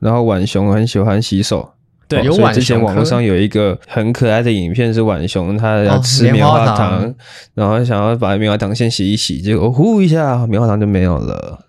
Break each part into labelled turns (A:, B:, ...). A: 然后浣熊很喜欢洗手。
B: 对
A: 哦
C: 有
A: 所以
C: 浣
A: 之前
C: 熊
A: 网络
C: 科
A: 上有一个很可爱的影片，是浣熊它要
C: 哦
A: 吃
C: 棉
A: 棉
C: 花
A: 花
C: 糖
A: 糖，然后想要把棉花糖先洗一洗，结果呼一下棉花糖就没有了。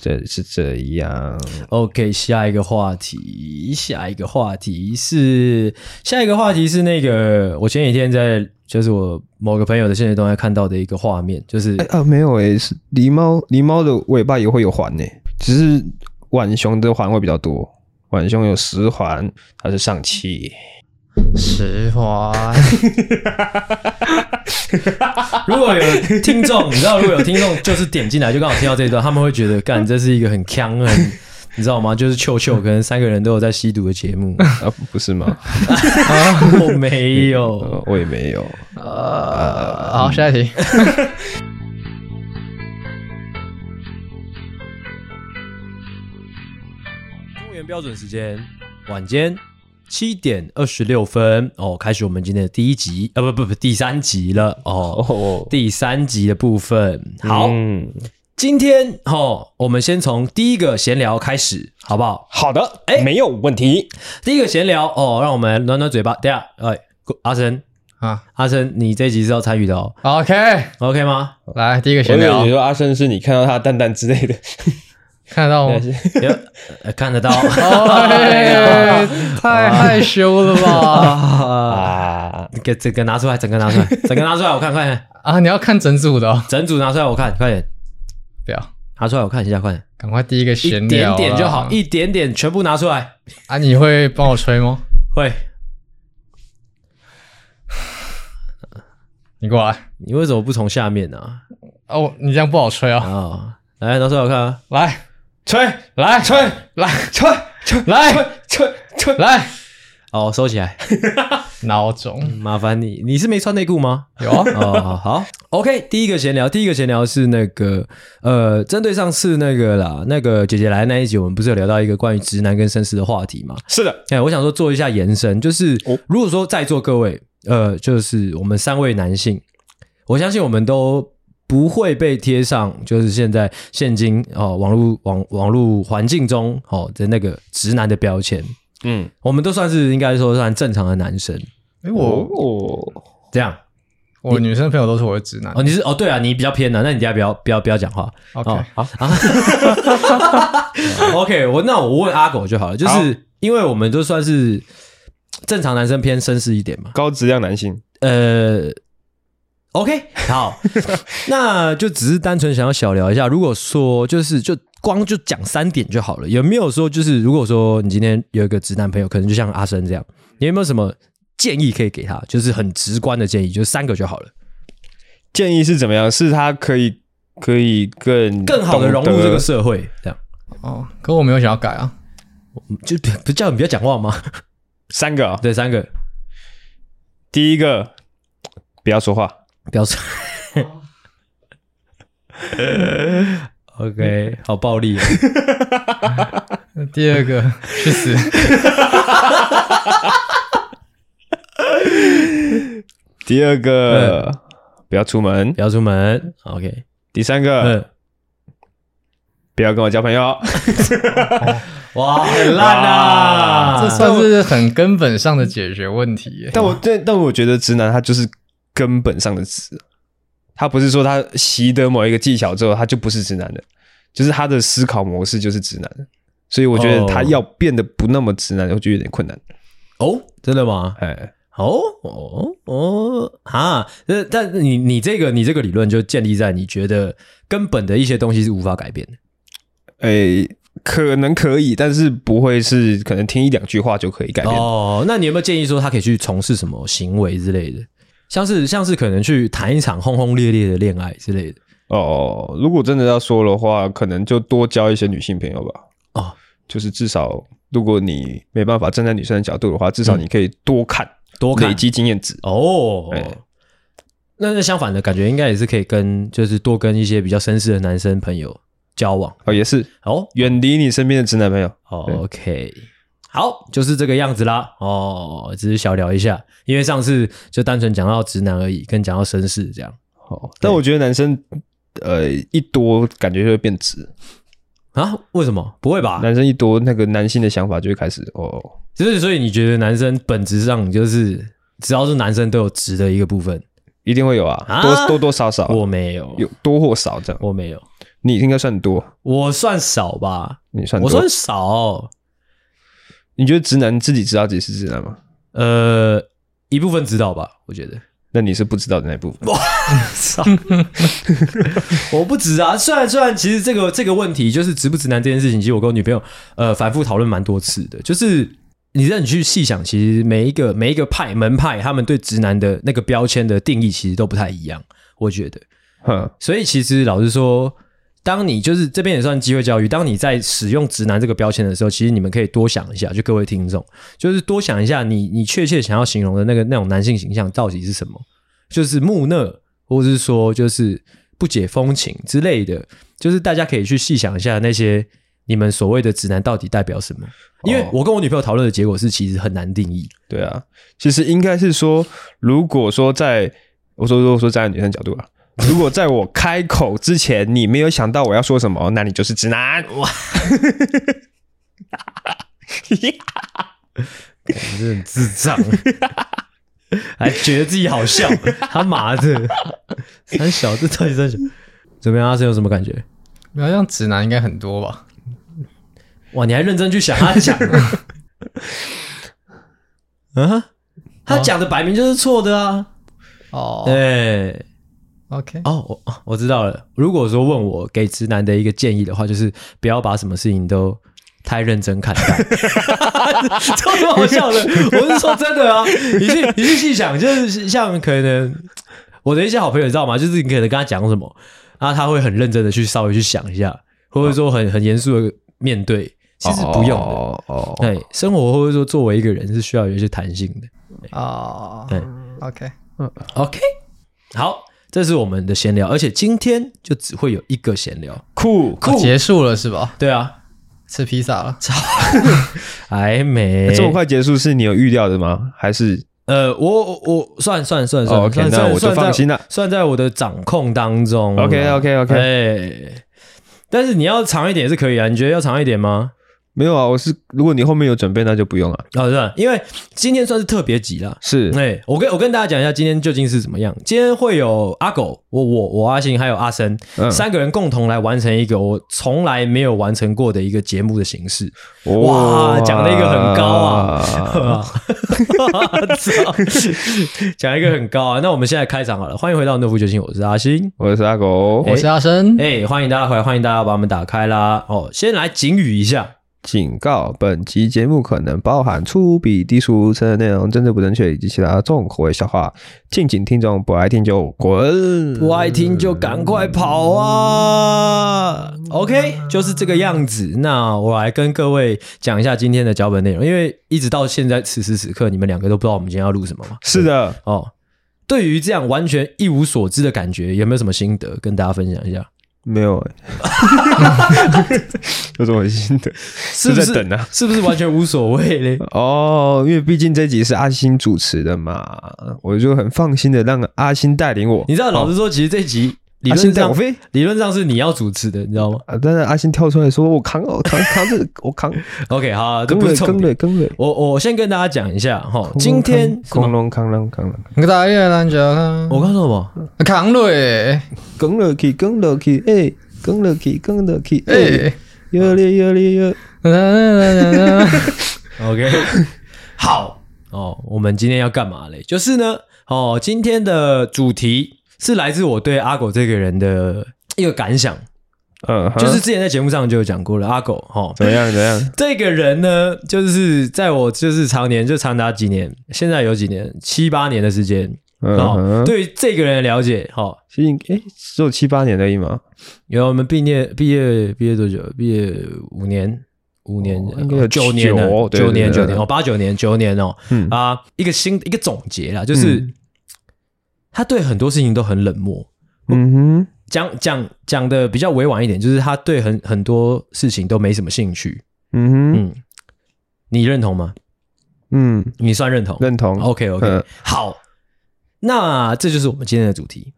A: 这是这样，
B: OK，下一个话题，下一个话题是下一个话题是那个我前几天在就是我某个朋友的现实动态看到的一个画面，就是
A: 哎啊，没有诶、是狸猫，狸猫的尾巴也会有环呢、欸只是浣熊的环会比较多。浣熊有十环，它是上气。
C: 石花
A: 啊
B: 如果有听众，你知道如果有听众就是点进来就刚好听到这一段，他们会觉 得干这是一个很强很。你知道吗？就是球球，可能三个人都有在吸毒的节 目。
A: 啊，不是吗？
B: 我没有，
A: 呃我也没有。
C: 呃，好，下一题。
B: 公务员标准时间晚间七点二十六分哦，开始我们今天的第一集，呃，不不不，第三集了哦，
A: 哦，
B: 第三集的部分。好，
A: 嗯，
B: 今天哦，我们先从第一个闲聊开始，好不好？
A: 好的，哎、没有问题。
B: 第一个闲聊哦，让我们暖暖嘴巴。等一下，哎，阿生，
C: 啊
B: 阿生，你这一集是要参与的哦
C: ，OK，
B: ，OK 吗？
C: 来第一个
A: 我
C: 闲
A: 以为
C: 聊
A: 你，说阿生是你看到他的蛋蛋之类的，
C: 看得
A: 哦
C: 到吗？
B: 有呃看得到。
C: 哎，太害羞了吧！
A: 啊，
B: 啊，给整个拿出来，整个拿出来，整个拿出来，我看，快点，
C: 啊，你要看整组的哦，
B: 整组拿出来，我看，快点，
C: 不要，
B: 拿出来，我看一下，快点，
C: 赶快第一个
B: 一
C: 闲聊
B: 点
C: 啦
B: 点就好，一点点，全部拿出来。
C: 啊，你会帮我吹吗？
B: 会，
C: 你过来。
B: 你为什么不从下面呢？
C: 哦，你这样不好吹啊！
B: 啊，来，拿出来我看啊。
C: 来
A: 吹
C: 来
A: 吹
C: 来
A: 吹吹
C: 来
A: 吹吹，
C: 来，
B: 哦，收起来，
C: 孬种
B: 麻烦你。你是没穿内裤吗？
C: 有啊，
B: 哦，好，OK。第一个闲聊，第一个闲聊是那个，呃，针对上次那个啦，那个姐姐来那一集，我们不是有聊到一个关于直男跟绅士的话题嘛？
A: 是的，
B: 哎，我想说做一下延伸，就是
A: 哦
B: 如果说在座各位，呃，就是我们三位男性，我相信我们都不会被贴上，就是现在现今哦网络网网络环境中哦的那个直男的标签，
A: 嗯，
B: 我们都算是应该说算正常的男生。
C: 哎，
A: 哦
C: 我
A: 我
B: 这样
C: 我女生朋友都说我是直男
B: 哦，你是哦对啊，你比较偏的，那你等一下不要不要不要讲话。
C: ，OK，
B: 哦啊 OK，我那我问阿狗就好了，就是因为我们都算是正常男生偏绅士一点嘛。
A: 高质量男性，
B: 呃，OK，好， 那就只是单纯想要小聊一下。如果说就是就光就讲三点就好了，有没有说就是如果说你今天有一个直男朋友，可能就像阿生这样，你有没有什么建议可以给他？就是很直观的建议，就是三个就好了，
A: 建议是怎么样？是他可以可以更
B: 更好的融入这个社会，这样
C: 哦，可我没有想要改啊，
B: 就不不叫你不要讲话吗？
A: 三个啊。
B: 对，三个
A: 第一个，不要说话，
B: 不要说。OK，好暴 力、哦。
C: 那第二个去死，
A: 第二
B: 嗯
A: 个，不要出门
B: 不，要出门。OK，
A: 第三个，
B: 嗯，
A: 不要跟我交朋友。
B: 哇，很烂啊！
C: 这算是很根本上的解决问题耶。
A: 但我但但我觉得直男他就是根本上的直，啊他不是说他习得某一个技巧之后他就不是直男的，就是他的思考模式就是直男的，所以我觉得他
B: 哦
A: 要变得不那么直男，我觉得有点困难。
B: 哦，真的吗？
A: 哎，
B: 哦哦哦哈！呃但是你你这个你这个理论就建立在你觉得根本的一些东西是无法改变的。
A: 哎，可能可以，但是不会是可能听一两句话就可以改变。
B: 哦，那你有没有建议说他可以去从事什么行为之类的？像是像是可能去谈一场轰轰烈烈的恋爱之类的。
A: 哦，如果真的要说的话，可能就多交一些女性朋友吧。
B: 哦，
A: 就是至少如果你没办法站在女生的角度的话，至少你可以嗯多看，
B: 多看
A: 累积经验值。
B: 哦
A: 哎，
B: 那那相反的感觉应该也是可以跟就是多跟一些比较绅士的男生朋友交往。
A: 哦，也是
B: 哦，
A: 远离你身边的直男朋友。
B: 哦
A: 对
B: OK，好，就是这个样子啦。哦，只是小聊一下，因为上次就单纯讲到直男而已，跟讲到绅士这样。
A: 哦，但我觉得男生呃一多，感觉就会变直。
B: 啊？为什么？不会吧？
A: 男生一多，那个男性的想法就会开始哦，
B: 就是所以你觉得男生本质上就是只要是男生都有直的一个部分，
A: 一定会有啊，
B: 啊
A: 多多多少少
B: 我没有，
A: 有多或少这样。
B: 我没有，
A: 你应该算多，
B: 我算少吧，
A: 你算
B: 我
A: 多。
B: 算少，
A: 你觉得直男自己知道自己是直男吗？
B: 呃，一部分知道吧，我觉得。
A: 那你是不知道的那一部分。
B: 操！我不直啊，虽然虽然其实这个这个问题就是直不直男这件事情，其实我跟我女朋友呃反复讨论蛮多次的，就是。你让你去细想，其实每一个每一个派门派，他们对直男的那个标签的定义其实都不太一样，我觉得。
A: 哼，
B: 所以其实老实说，当你就是这边也算机会教育，当你在使用“直男”这个标签的时候，其实你们可以多想一下，就各位听众，就是多想一下你你确切想要形容的那个那种男性形象到底是什么，就是木讷，或者是说就是不解风情之类的，就是大家可以去细想一下那些。你们所谓的直男到底代表什么？因为
A: 哦
B: 我跟我女朋友讨论的结果是，其实很难定义。
A: 对啊，其实应该是说，如果说在我说如果说站在女生角度啊，如果在我开口之前你没有想到我要说什么，那你就是直男。
B: 你真的很智 障，还觉得自己好笑，他妈的，三小这到底三小？怎么样，阿生有什么感觉？
C: 没有像直男应该很多吧？
B: 哇，你还认真去想他讲啊？ 啊他讲的摆明就是错的啊！
C: 哦
B: 对、
C: ，OK，
B: 哦，我哦我知道了。如果说问我给直男的一个建议的话，就是不要把什么事情都太认真看待，超级好笑的。我是说真的啊，你去你去细想，就是像可能我的一些好朋友，你知道吗？就是你可能跟他讲什么，然后他会很认真的去稍微去想一下，或者说很很严肃的面对。其实不用的，
A: 哦哦，哦
B: 对生活或者说作为一个人是需要有一些弹性的。
C: 哦
B: 对
C: ，OK，
B: OK，好，这是我们的闲聊，而且今天就只会有一个闲聊。
A: 酷酷
C: 哦，结束了是吧？
B: 对啊，
C: 吃披萨了，
B: 还没、
A: 哎这么？快结束是你有预料的吗？还是
B: 呃，我我我算算算算、
A: 哦，OK，
B: 算
A: 那
B: 算
A: 我就
B: 算在
A: 放心了
B: 算在我的掌控当中啊。
A: OK，OK，OK
B: 哎，但是你要长一点也是可以啊，你觉得要长一点吗？
A: 没有啊？我是如果你后面有准备，那就不用了。
B: 哦，对，因为今天算是特别集啦。
A: 是
B: 哎、我跟我跟大家讲一下今天究竟是怎么样。今天会有阿狗、我、我、我阿信还有阿生、
A: 嗯
B: 三个人共同来完成一个我从来没有完成过的一个节目的形式。哇，讲了一个很高啊，操讲一个很高啊。那我们现在开场好了，欢迎回到《诺夫觉醒》，我是阿星。
A: 我是阿狗，
C: 我是阿生，
B: 哎、欢迎大家回来，欢迎大家把我们打开啦。哦，先来警语一下，
A: 警告：本集节目可能包含粗鄙、低俗、成人内容、政治不正确以及其他重口味笑话，敬请听众不爱听就滚。
B: 不爱听就赶快跑啊！OK，就是这个样子。那我来跟各位讲一下今天的脚本内容，因为一直到现在此时此刻，你们两个都不知道我们今天要录什么嘛。
A: 是的，
B: 哦，对于这样完全一无所知的感觉，有没有什么心得跟大家分享一下？
A: 没 有、 欸，有什么心得？
B: 是不是
A: 就在等啊？
B: 是不是完全无所谓嘞？
A: 哦，因为毕竟这集是阿星主持的嘛，我就很放心的让阿星带领我。
B: 你知道，老实说，其实这集理
A: 阿
B: 论
A: 星啊带我
B: 上
A: 飞
B: 理论上是你要主持的，你知道吗
A: 啊！但是阿星跳出来说：“我扛，我扛，扛这个，我 扛。
B: ？OK，好、啊，”这
A: 跟
B: 不
A: 了，
B: 是重
A: 跟了，
B: 点。
A: 跟了。
B: 我我先跟大家讲一下哈，今天什
A: 恐
B: 么？
A: 龙扛狼扛狼，
C: 你大一的篮球啊，
B: 我刚说什么？
C: 扛瑞，
A: 跟了去，跟了去，哎，跟了去，跟了去，哎。
C: 哎，
A: 有嘞有嘞有，嗯
B: OK，好哦，我们今天要干嘛嘞？就是呢，哦，今天的主题是来自我对阿狗这个人的一个感想，
A: 嗯，
B: 就
A: 就是是
B: 之前在节目上就有讲过了，阿狗哦。
A: 怎么样怎么样？
B: 这个人呢，就是在我就是常年就长达几年，现在有几年七八年的时间，
A: 嗯
B: 哦，
A: 哼，
B: 对于这个人的了解，哦，
A: 其实哎，只有七八年而已嘛，
B: 有我们毕业毕业毕业多久？毕业五年，五年
A: 哦应该有
B: 呃九年了，
A: 九对
B: 九年
A: 对对
B: 九
A: 对
B: 年哦，八九年九年哦，
A: 嗯
B: 啊，一个新一个总结啦，就是、
A: 嗯
B: 他对很多事情都很冷漠，
A: 嗯哼，
B: 讲讲讲的比较委婉一点，就是他对很很多事情都没什么兴趣。
A: 嗯哼，
B: 嗯，你认同吗？
A: 嗯，
B: 你算认同
A: 认同
B: ？OK OK，、
A: 嗯
B: 好，那这就是我们今天的主题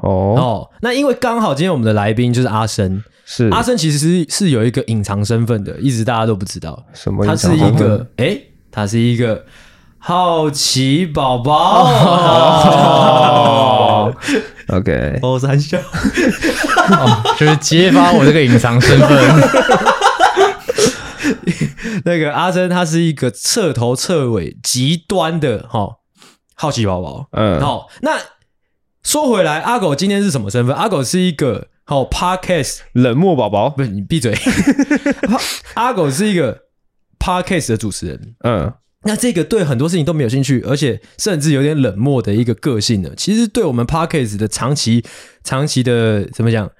A: 哦，
B: 哦。那因为刚好今天我们的来宾就是阿生，
A: 是
B: 阿生其实是是有一个隐藏身份的，一直大家都不知道。
A: 什么隐
B: 他
A: 藏
B: 是
A: 身份
B: 一个，哎、他是一个好奇宝宝。哦，
A: OK，
B: 三笑，
C: 就是揭发我这个隐藏身份。
B: 那个阿珍，他是一个彻头彻尾极端的哈、齁好奇宝宝。
A: 嗯，
B: 好，那说回来，阿狗今天是什么身份？阿狗是一个好、齁 podcast，
A: 冷漠宝宝，
B: 不是你 闭嘴。阿狗是一个 podcast 的主持人。
A: 嗯，
B: 那这个对很多事情都没有兴趣，而且甚至有点冷漠的一个个性呢，其实对我们 p a c k a g e 的长期、长期的怎么讲，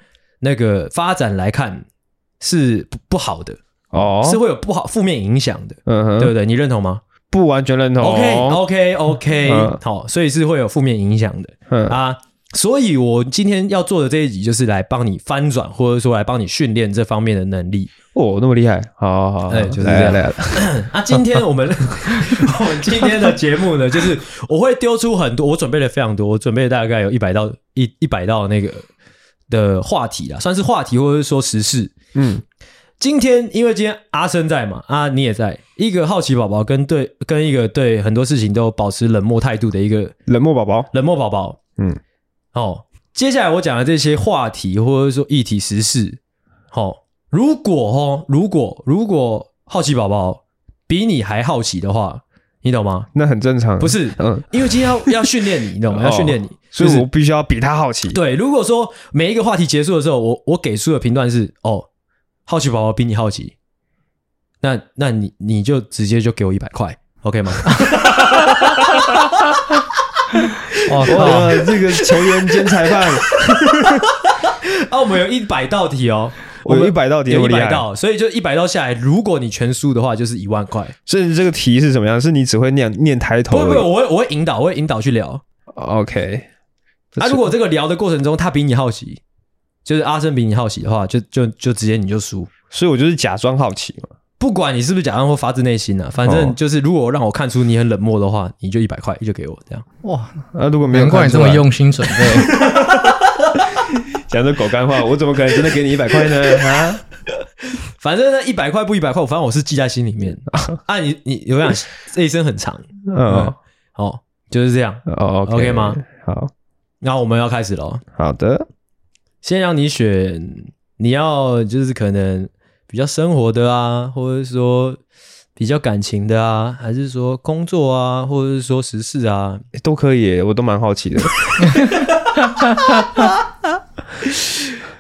B: 那个发展来看是不不好的，
A: 哦，
B: 是会有不好负面影响的，
A: 嗯哼，
B: 对不对？你认同吗、
A: 不完全认同
B: o k OK OK，、
A: 嗯
B: 好，所以是会有负面影响的、
A: 嗯
B: 啊。所以我今天要做的这一集就是来帮你翻转，或者说来帮你训练这方面的能力。
A: 哦，那么厉害，好好好，
B: 哎就是
A: 来
B: 这样
A: 来来，
B: 啊，今天我们我们今天的节目呢，就是我会丢出很多，我准备了非常多，我准备了大概有一百到一一百道那个的话题啦，算是话题或者是说时事。
A: 嗯，
B: 今天因为今天阿生在嘛，啊你也在，一个好奇宝宝跟对跟一个对很多事情都保持冷漠态度的一个
A: 冷漠宝宝，
B: 冷漠宝宝，
A: 嗯，
B: 哦，接下来我讲的这些话题或者说议题时事，好、如果哦，如果如果好奇宝宝比你还好奇的话，你懂吗？
A: 那很正常，
B: 不，是，
A: 嗯，
B: 因为今天要要训练你，你懂吗？要训练你
A: 哦，所
B: 就
A: 以
B: 是
A: 我必须要比他好奇，
B: 对。如果说每一个话题结束的时候，我我给出的评断是哦，好奇宝宝比你好奇，那那你你就直接就给我一百块，OK 吗？哦
C: 哇靠！
A: 哇，这个球员兼裁 判，
B: 啊，我们有一百道题哦，
A: 我有100道题
B: 有
A: 我
B: 一
A: 厉害
B: 百道，所以就一百道下来，如果你全输的话，就是一万块。
A: 所以这个题是怎么样？是你只会念念抬头
B: 不
A: 而
B: 会不会，
A: 已
B: 我会我会引导，我会引导去聊。
A: ，OK，
B: 啊，如果这个聊的过程中他比你好奇，就是阿生比你好奇的话，就就就直接你就输。
A: 所以我就是假装好奇嘛，
B: 不管你是不是假装或发自内心啊，反正
A: 哦
B: 就是如果让我看出你很冷漠的话，你就一百块就给我这样。
C: 哇，
A: 啊，如果没有
C: 难怪
A: 看
C: 你这
A: 出
C: 么
A: 来
C: 用心准备。
A: 讲这狗干话，我怎么可能真的给你一百块呢？ 啊，
B: 反正那一百块不一百块，反正我是记在心里 面。啊，你你有想这一生很长，
A: 嗯，
B: 哦，就是这样。
A: 哦
B: OK 吗？
A: 好，
B: 那我们要开始喽。
A: 好的，
B: 先让你选，你要就是可能比较生活的啊，或者是说比较感情的啊，还是说工作啊，或者是说时事啊？
A: 欸都可以耶，我都蛮好 奇的。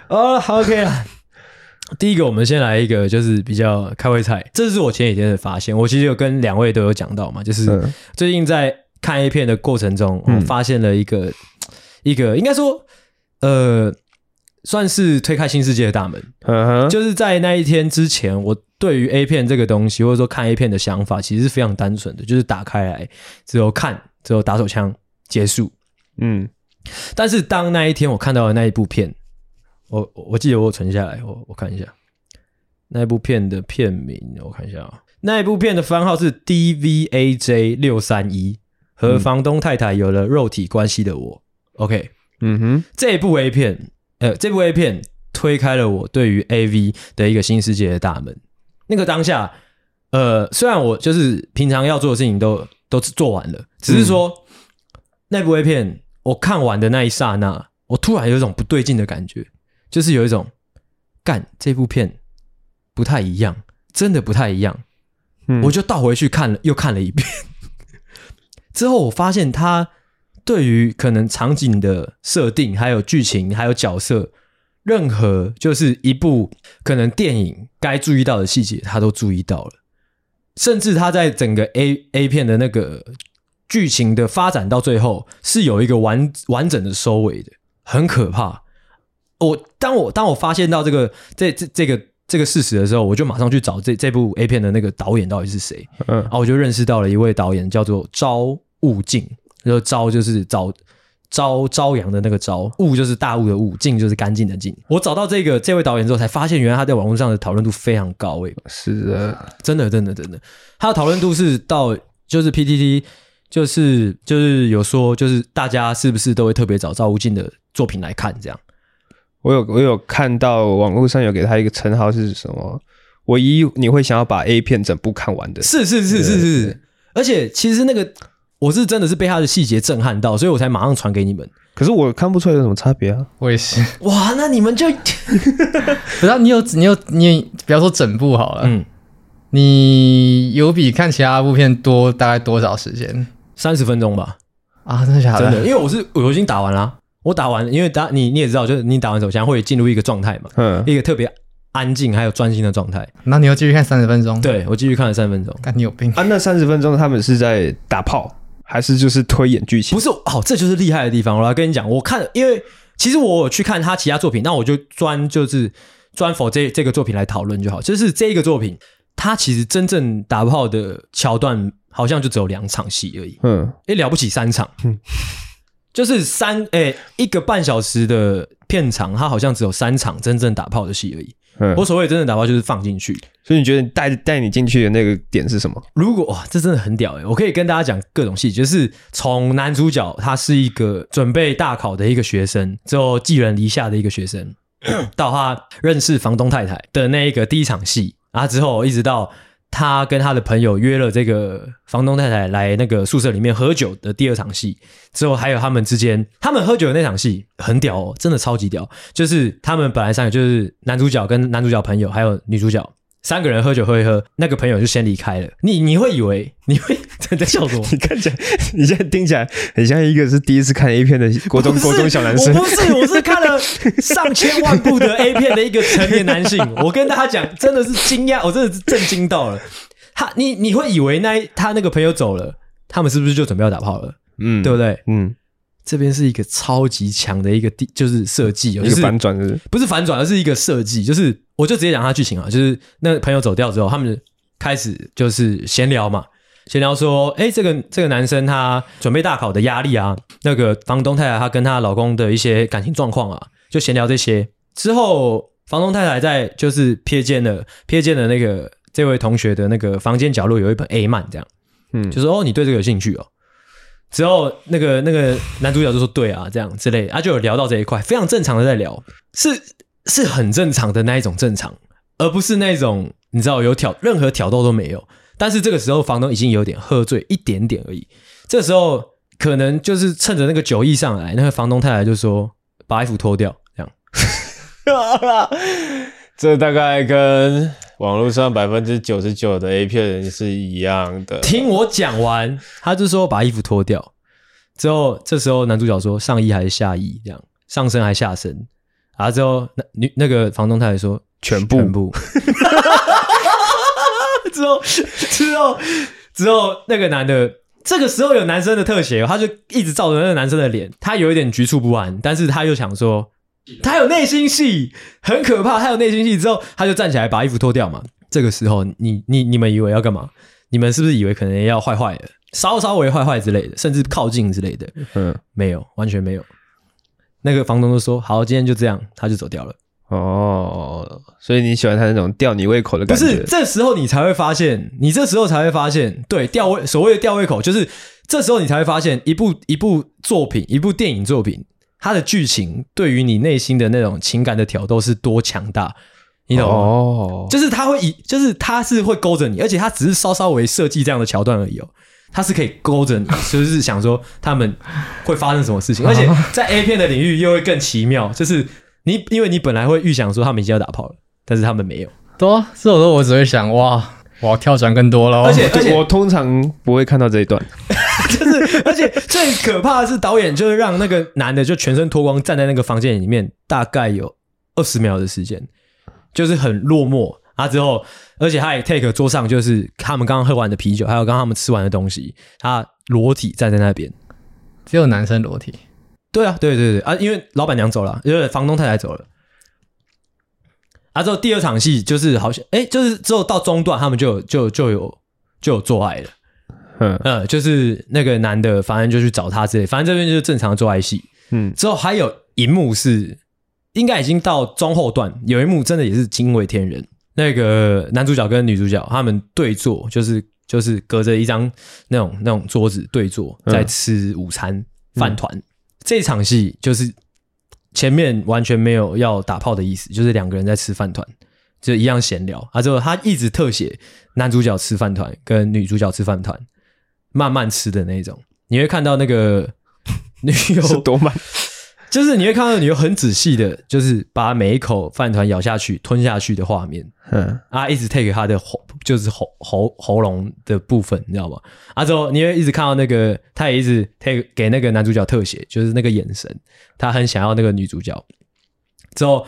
B: 哦、o k 啦。 第一个，我们先来一个，就是比较开胃菜。这是我前几天的发现，我其实有跟两位都有讲到嘛，就是
A: 嗯
B: 最近在看 A 片的过程中，我
A: 嗯
B: 发现了一个、一个，应该说，呃，算是推开新世界的大门。
A: 嗯哼，
B: 就是在那一天之前，我对于 A 片这个东西，或者说看 A 片的想法，其实是非常单纯的，就是打开来只有看，只有打手枪结束。
A: 嗯，
B: 但是当那一天我看到的那一部片，我我我记得我有存下来，我我看一下那一部片的片名，我看一下啊、那一部片的番号是 DVAJ 六三一，和房东太太有了肉体关系的我。OK，
A: 嗯哼，
B: 这部 A 片，呃，这部 A 片推开了我对于 AV 的一个新世界的大门。那个当下，呃，虽然我就是平常要做的事情都都做完了，只是说、那部 A 片我看完的那一刹那，我突然有一种不对劲的感觉，就是有一种干这部片不太一样，真的不太一样。
A: 嗯
B: 我就倒回去看了，又看了一遍。之后我发现他对于可能场景的设定，还有剧情，还有角色，任何就是一部可能电影该注意到的细节，他都注意到了。甚至他在整个 A A 片的那个剧情的发展到最后，是有一个完完整的收尾的，很可怕。我当我当我发现到这个这这这个这个事实的时候，我就马上去找这这部 A 片的那个导演到底是谁。
A: 嗯
B: 啊，我就认识到了一位导演，叫做朝雾镜，就是朝就是早朝朝阳的那个朝，雾就是大雾的雾，镜就是干净的净。我找到这个这位导演之后，才发现原来他在网络上的讨论度非常高诶、
A: 是的，
B: 真的真的真的，他的讨论度是到就是 PTT，就是就是有说就是大家是不是都会特别找赵无尽的作品来看这样。
A: 我有我有看到网络上有给他一个称号是什么？唯一你会想要把 A 片整部看完的，
B: 是是是是是，而且其实那个我是真的是被他的细节震撼到，所以我才马上传给你们。
A: 可是我看不出来有什么差别啊。
C: 我也是。
B: 哇，那你们就
C: 不知道你有你有你，不要说整部好了，
B: 嗯
C: 你有比看其他部片多大概多少时间
B: 三十分钟吧，
C: 啊？真的假
B: 真的，因为我是我已经打完了，我打完，因为打你你也知道，就是你打完手枪会进入一个状态嘛，
A: 嗯，
B: 一个特别安静还有专心的状态。
C: 那你又继续看三十分钟？，
B: 对我继续看了三分钟，
C: 但你有病。
A: 啊，那三十分钟他们是在打炮，还是就是推演剧情
B: 不？是哦，这就是厉害的地方。我来跟你讲，我看，因为其实我有去看他其他作品，那我就专就是专否这这个作品来讨论就好。就是这一个作品，它其实真正打炮的桥段好像就只有两场戏而已，
A: 嗯，
B: 也了不起三场
A: 嗯，
B: 就是三诶、一个半小时的片长，它好像只有三场真正打炮的戏而已。
A: 嗯
B: 我所谓的真正打炮就是放进去，
A: 所以你觉得你带带你进去的那个点是什么？
B: 如果哇，这真的很屌哎、我可以跟大家讲各种细节，就是从男主角他是一个准备大考的一个学生，之后寄人篱下的一个学生，到他认识房东太太的那一个第一场戏，然后之后一直到他跟他的朋友约了这个房东太太来那个宿舍里面喝酒的第二场戏，之后还有他们之间，他们喝酒的那场戏很屌哦，真的超级屌。就是他们本来三个就是男主角跟男主角朋友还有女主角三个人喝酒喝一喝，那个朋友就先离开了。你你会以为你会在在笑什么？
A: 你看起来，你现在听起来很像一个是第一次看 A 片的国中
B: 不是
A: 国中小男生
B: 我。不是，我是看了上千万部的 A 片的一个成年男性。我跟大家讲，真的是惊讶，我真的是震惊到了。他，你你会以为那一他那个朋友走了，他们是不是就准备要打炮了？
A: 嗯，
B: 对不，对？
A: 嗯，
B: 这边是一个超级强的一个地，就是设计哦，
A: 一
B: 就
A: 个
B: 是
A: 反转是不是
B: 不是反转，而是一个设计。就是我就直接讲他剧情啊，就是那个朋友走掉之后，他们开始就是闲聊嘛，闲聊说，哎、这个这个男生他准备大考的压力啊，那个房东太太她跟她老公的一些感情状况啊，就闲聊这些。之后，房东太太在就是瞥见了瞥见了那个这位同学的那个房间角落有一本 A 漫，这样，
A: 嗯
B: 就说哦，你对这个有兴趣哦。之后，那个那个男主角就说：“对啊，这样之类的，他、就有聊到这一块，非常正常的在聊，是是很正常的那一种正常，而不是那种你知道有挑任何挑逗都没有。但是这个时候，房东已经有点喝醉一点点而已。这时候可能就是趁着那个酒意上来，那个房东太太就说：“把衣服脱掉。”这样，
D: 这大概跟网络上百分之九十九的 A 片人是一样的。
B: 听我讲完，他就说把衣服脱掉。之后，这时候男主角说上衣还是下衣，这样上身还下身。然后之后，那女那个房东太太说
A: 全部
B: 全部。 之后之后之后，那个男的这个时候有男生的特写，哦他就一直照着那个男生的脸，他有一点局促不安，但是他又想说，他有内心戏，很可怕，他有内心戏之后，他就站起来把衣服脱掉嘛。这个时候，你你你们以为要干嘛？你们是不是以为可能要坏坏的，稍稍微坏坏之类的，甚至靠近之类的？
A: 嗯，
B: 没有，完全没有。那个房东就说：“好，今天就这样。”他就走掉了。
A: 哦，所以你喜欢他那种吊你胃口的
B: 不
A: 感觉？
B: 是，这时候你才会发现，你这时候才会发现，对吊胃所谓的吊胃口，就是这时候你才会发现，一部一部作品，一部电影作品，它的剧情对于你内心的那种情感的挑逗是多强大，你懂吗？
A: 哦，
B: 就是它会以，就是它是会勾着你，而且它只是稍稍微设计这样的桥段而已哦。它是可以勾着你，就是想说他们会发生什么事情，而且在 A 片的领域又会更奇妙，就是你因为你本来会预想说他们已经要打炮了，但是他们没有。
C: 多，啊这种时候我只会想，哇，我要跳转更多了。哦
B: 而且
A: 对我通常不会看到这一段。
B: 就是， 而且最可怕的是，导演就是让那个男的就全身脱光站在那个房间里面，大概有二十秒的时间，就是很落寞。啊之后，而且他也 take 桌上就是他们刚刚喝完的啤酒，还有刚刚他们吃完的东西，他裸体站在那边。
C: 只有男生裸体，
B: 对啊，对对对啊，因为老板娘走了，因为房东太太走了。啊，之后第二场戏就是好像，哎，就是之后到中段，他们就有就就有就有做爱了。
A: 嗯
B: 呃，就是那个男的，反正就去找他之类，反正这边就是正常的做爱戏。
A: 嗯，
B: 之后还有一幕是，应该已经到中后段，有一幕真的也是惊为天人。那个男主角跟女主角他们对坐，就是就是隔着一张那种那种桌子对坐，在吃午餐饭团。这场戏就是前面完全没有要打炮的意思，就是两个人在吃饭团，就一样闲聊。啊，之后他一直特写男主角吃饭团跟女主角吃饭团，慢慢吃的那种。你会看到那个 女
A: 嗯是
B: 友，
A: 多慢？
B: 就是你会看到女友很仔细的，就是把每一口饭团咬下去、吞下去的画面。
A: 嗯，
B: 啊，一直 take 他的喉，就是喉喉喉咙的部分，你知道吗？啊，之后你会一直看到那个，他也一直 take 给那个男主角特写，就是那个眼神，他很想要那个女主角。之后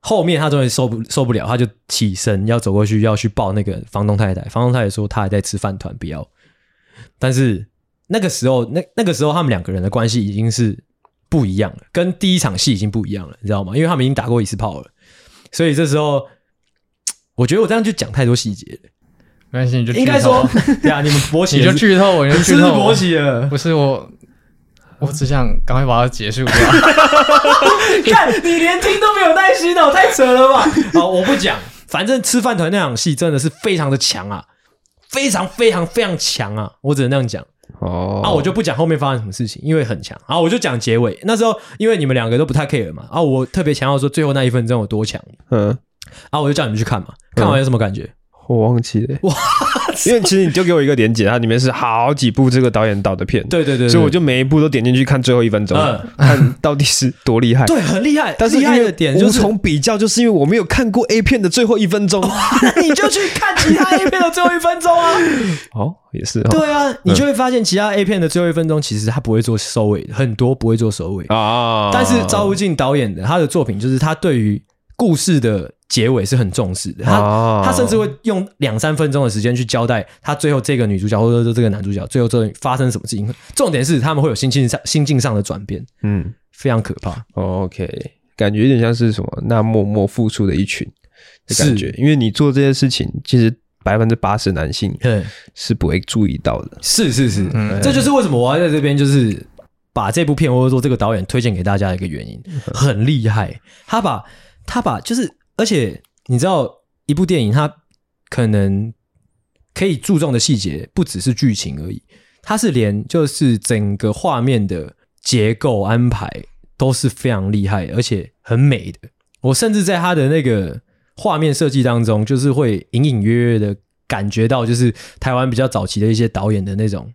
B: 后面他终于受不受不了，他就起身要走过去要去抱那个房东太太，房东太太说她还在吃饭团，不要。但是那个时候，那那个时候他们两个人的关系已经是不一样了，跟第一场戏已经不一样了，你知道吗？因为他们已经打过一次炮了，所以这时候我觉得我这样就讲太多细节了。
C: 没关系，你就
B: 应
C: 剧
B: 该
C: 透
B: 说， 对啊，你们勃起
C: 你就
B: 去，
C: 剧透我，你
B: 你
C: 就是剧
B: 不是
C: 透我
B: 勃，起了？
C: 不是我，我只想赶快把它结束掉。
B: 看你连听都没有耐心哦，太扯了吧！ 好，我不讲，反正吃饭团那场戏真的是非常的强啊，非常非常非常强啊，我只能那样讲。
A: 哦，
B: 啊，我就不讲后面发生什么事情，因为很强。啊，我就讲结尾。那时候因为你们两个都不太 care 嘛，啊，我特别强调说最后那一分钟有多强。
A: 嗯，
B: 啊，我就叫你们去看嘛，看完有什么感觉？
A: 我忘记了，哇，因为其实你就给我一个连结，它里面是好几部这个导演导的片，
B: 对对对对
A: 所以我就每一部都点进去看最后一分钟，
B: 嗯
A: 看到底是多厉害。
B: 对，很厉害。
A: 但是
B: 厉
A: 因
B: 害
A: 为
B: 的点就是
A: 无，从比较，就是因为我没有看过 A 片的最后一分钟。
B: 你就去看其他 A 片的最后一分钟啊。
A: 哦，也是哦，
B: 对啊，你就会发现其他 A 片的最后一分钟其实他不会做收尾，很多不会做收尾。
A: 啊，
B: 但是赵无尽导演的他的作品，就是他对于故事的结尾是很重视的，他、
A: 哦
B: 他甚至会用两三分钟的时间去交代他最后这个女主角或者说这个男主角最后这发生什么事情。重点是他们会有心境上心境上的转变，
A: 嗯哦
B: 非常可怕。
A: ，OK，感觉有点像是什么那默默付出的一群的
B: 是
A: 感觉，因为你做这些事情，其实百分之八十男性
B: 嗯，
A: 是不会注意到的。
B: 是是是，
C: 嗯
B: 这就是为什么我要在这边就是把这部片或者说这个导演推荐给大家的一个原因，很厉害。他把他把就是，而且你知道，一部电影它可能可以注重的细节不只是剧情而已，它是连就是整个画面的结构安排都是非常厉害，而且很美的。我甚至在他的那个画面设计当中，就是会隐隐约约的感觉到，就是台湾比较早期的一些导演的那种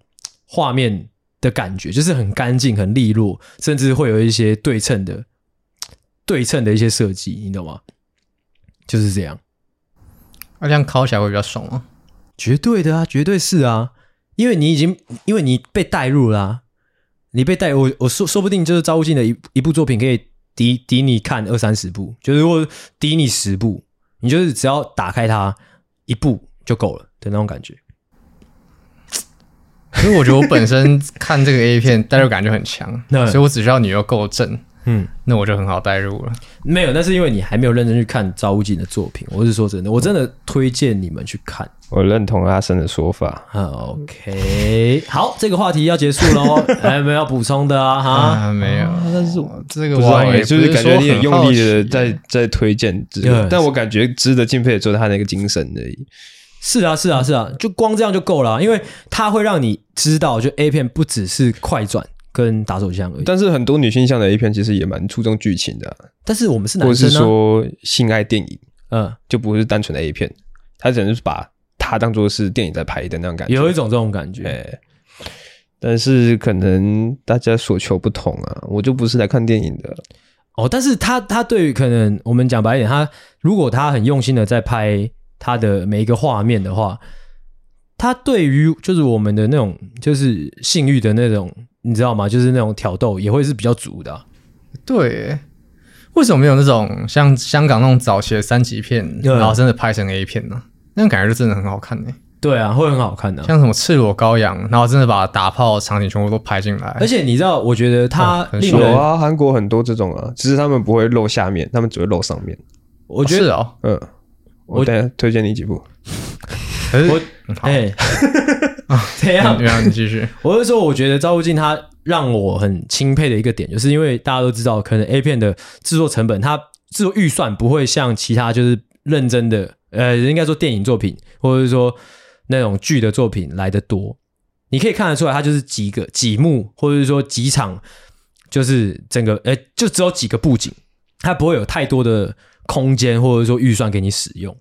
B: 画面的感觉，就是很干净、很利落，甚至会有一些对称的对称的一些设计，你懂吗？就是这样，
C: 那这样敲起来会比较爽哦吗？
B: 绝对的啊，绝对是啊，因为你已经因为你被带入啦、你被带我我说说不定就是赵无尽的一一部作品可以抵抵你看二三十部，就是如果抵你十部，你就是只要打开它一部就够了的那种感觉。
C: 可是我觉得我本身看这个 A 片代入感就很 强，
B: 嗯
C: 所以我只需要女优够正，
B: 嗯，
C: 那我就很好代入了。
B: 没有，那是因为你还没有认真去看赵无尽的作品。我是说真的，我真的推荐你们去看。
A: 我认同阿生的说法，
B: 啊 OK，好，
C: 嗯
B: 这个话题要结束 喽，还有没有要补充的啊？哈，
C: 啊，没有，但是我这个
A: 不知道
C: 我
A: 欸，
C: 也
A: 就是感觉你很用力的
C: 的
A: 在在推荐这
B: Yes
A: 个，但我感觉值得敬佩的就是他那个精神而已。
B: 是啊，是啊，是
A: 嗯
B: 啊，就光这样就够了啊、因为它会让你知道，就 A 片不只是快转跟打手枪而已。
A: 但
B: 但
A: 是很多女性向的 A 片其实也蛮注重剧情的啊、
B: 但是我们是
A: 或
B: 男
A: 者是
B: 生啊，
A: 说性爱电影，
B: 嗯，
A: 就不是单纯的 A 片，他只能是把它当做是电影在拍的那种感觉。
B: 有一种这种感觉。
A: 哎，但是可能大家所求不同啊，我就不是来看电影的，
B: 哦，但是他他对于可能我们讲白一点，他如果他很用心的在拍他的每一个画面的话，他对于就是我们的那种就是性欲的那种，你知道吗？就是那种挑逗也会是比较足的啊、
C: 对耶。为什么没有那种像香港那种早期的三级片，
B: 嗯
C: 然后真的拍成 A 片呢？那种感觉就真的很好看呢，
B: 对啊，会很好看的啊、
C: 像什么赤裸羔羊，然后真的把打炮的场景全部都拍进来，
B: 而且你知道，我觉得他
C: 哦很
B: 令
C: 爽
B: 人，
A: 有啊，韩国很多这种啊，只是他们不会露下面，他们只会露上面。
B: 我觉得
C: 是哦，
A: 嗯，我等一下推荐你几部。
C: 可是
B: 我
C: 嗯 好，
B: 哎，
A: 啊
B: 怎样
C: 嗯？然后你继续，
B: 我是说，我觉得赵无尽他让我很钦佩的一个点，就是因为大家都知道，可能 A 片的制作成本，它制作预算不会像其他就是认真的，呃，应该说电影作品或者是说那种剧的作品来的多。你可以看得出来，它就是几个几幕，或者是说几场就是整个哎、就只有几个布景，它不会有太多的空间或者说预算给你使用，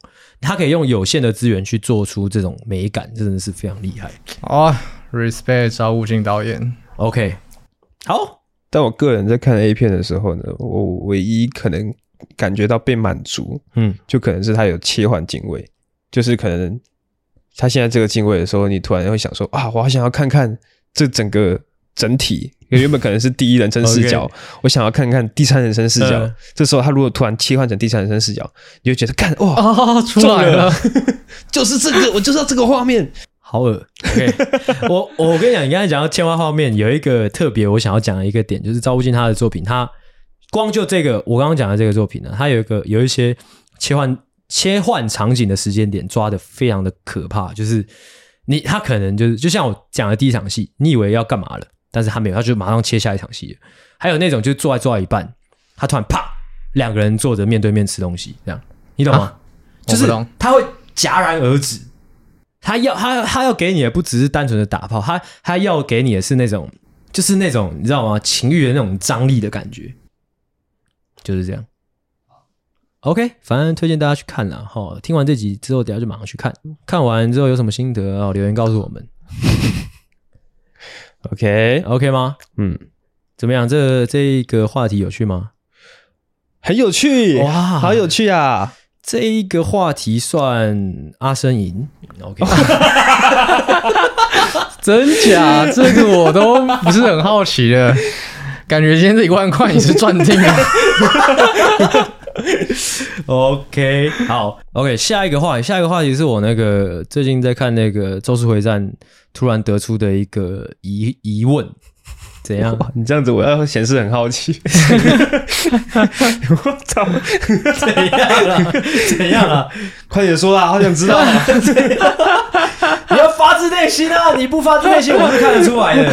B: 它可以用有限的资源去做出这种美感，真的是非常厉害。
C: 哦，respect 赵武进 导演，
B: OK，好，
A: 但我个人在看 A 片的时候呢，我唯一可能感觉到被满足，
B: 嗯，
A: 就可能是它有切换镜位，就是可能它现在这个镜位的时候，你突然会想说啊，我好想要看看这整个整体，因为原本可能是第一人 称视角我想要看看第三人称视角。
B: 嗯
A: 这时候它如果突然切换成第三人称视角，你就觉得干哇，
C: 哦，出来了，
A: 就是这个，我就是要这个画面。
B: 好恶。OK，我我跟你讲，你刚才讲到千花画面，有一个特别我想要讲的一个点，就是赵无尽他的作品，他光就这个我刚刚讲的这个作品呢，他有一个有一些切换切换场景的时间点抓的非常的可怕，就是你他可能就是就像我讲的第一场戏，你以为要干嘛了，但是他没有，他就马上切下一场戏了。还有那种就是做爱做到一半，他突然啪，两个人坐着面对面吃东西，这样你懂吗？
C: 啊
B: 就
C: 我
B: 是
C: 不懂
B: 他会戛然而止。他要他他要给你的不只是单纯的打炮，他他要给你的是那种就是那种你知道吗？情欲的那种张力的感觉，就是这样。OK，反正推荐大家去看啦。哈。听完这集之后，等一下就马上去看。看完之后有什么心得哦，留言告诉我们。
A: OK，
B: OK 吗？
A: 嗯，
B: 怎么样？这这个话题有趣吗？
A: 很有趣
B: 哇
A: 好有趣啊！
B: 这一个话题算阿生赢。OK，
C: 真假？这个我都不是很好奇的，感觉今天这一万块也是赚 定了。
B: OK，好，OK，下一个话题，下一个话题是我那个最近在看那个《咒术回战》，突然得出的一个疑疑问，怎样？
A: 哇，你这样子我要显示很好奇。我操！
B: 怎样啊？ 怎样啊？
A: 快点说啦，好想知道。啊
B: 你要发自内心啊！你不发自内心，我是看得出来 的。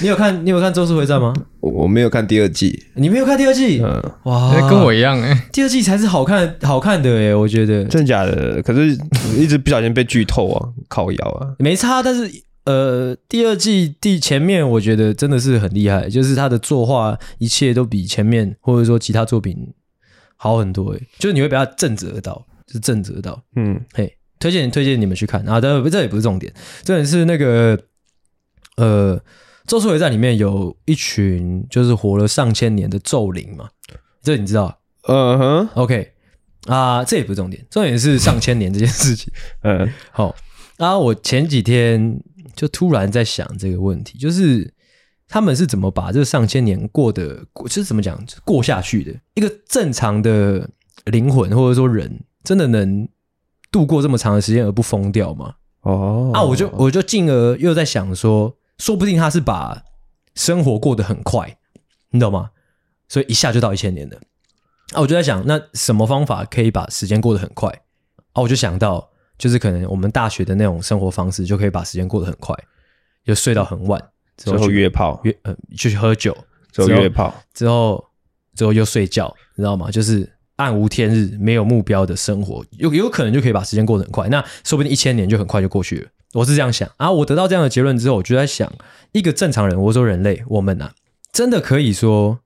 B: 你有看你有看《咒术回战》吗？
A: 我我没有看第二季，
B: 你没有看第二季？
A: 嗯，
B: 哇，
C: 跟我一样哎、
B: 第二季才是好看好看的耶，我觉得
A: 真假的？可是一直不小心被剧透啊，靠腰啊。
B: 没差，但是呃，第二季第前面我觉得真的是很厉害，就是他的作画一切都比前面或者说其他作品好很多，诶，欸就是你会被他震慑到，是震慑到。
A: 嗯，
B: 嘿，推荐推荐你们去看啊！但这也不是重点，重点是那个呃，《咒术回战》里面有一群就是活了上千年的咒灵嘛，这你知道
A: 嗯哼，
B: ？OK 啊，这也不是重点，重点是上千年这件事情。
A: 嗯，
B: 好，然后我前几天就突然在想这个问题，就是他们是怎么把这上千年过的，过就是怎么讲就是过下去的？一个正常的灵魂或者说人，真的能度过这么长的时间而不疯掉吗？
A: 哦，
B: 啊，我就我就进而又在想说，说不定他是把生活过得很快，你懂吗？所以一下就到一千年了。啊，我就在想，那什么方法可以把时间过得很快？啊，我就想到，就是可能我们大学的那种生活方式，就可以把时间过得很快，就睡到很晚，之
A: 最
B: 后
A: 后
B: 去
A: 约炮，
B: 约呃就去喝酒，
A: 最后约炮，
B: 之后之后又睡觉，你知道吗？就是暗无天日、没有目标的生活，有有可能就可以把时间过得很快。那说不定一千年就很快就过去了。我是这样想啊。我得到这样的结论之后，我就在想，一个正常人，我说人类，我们啊，真的可以说，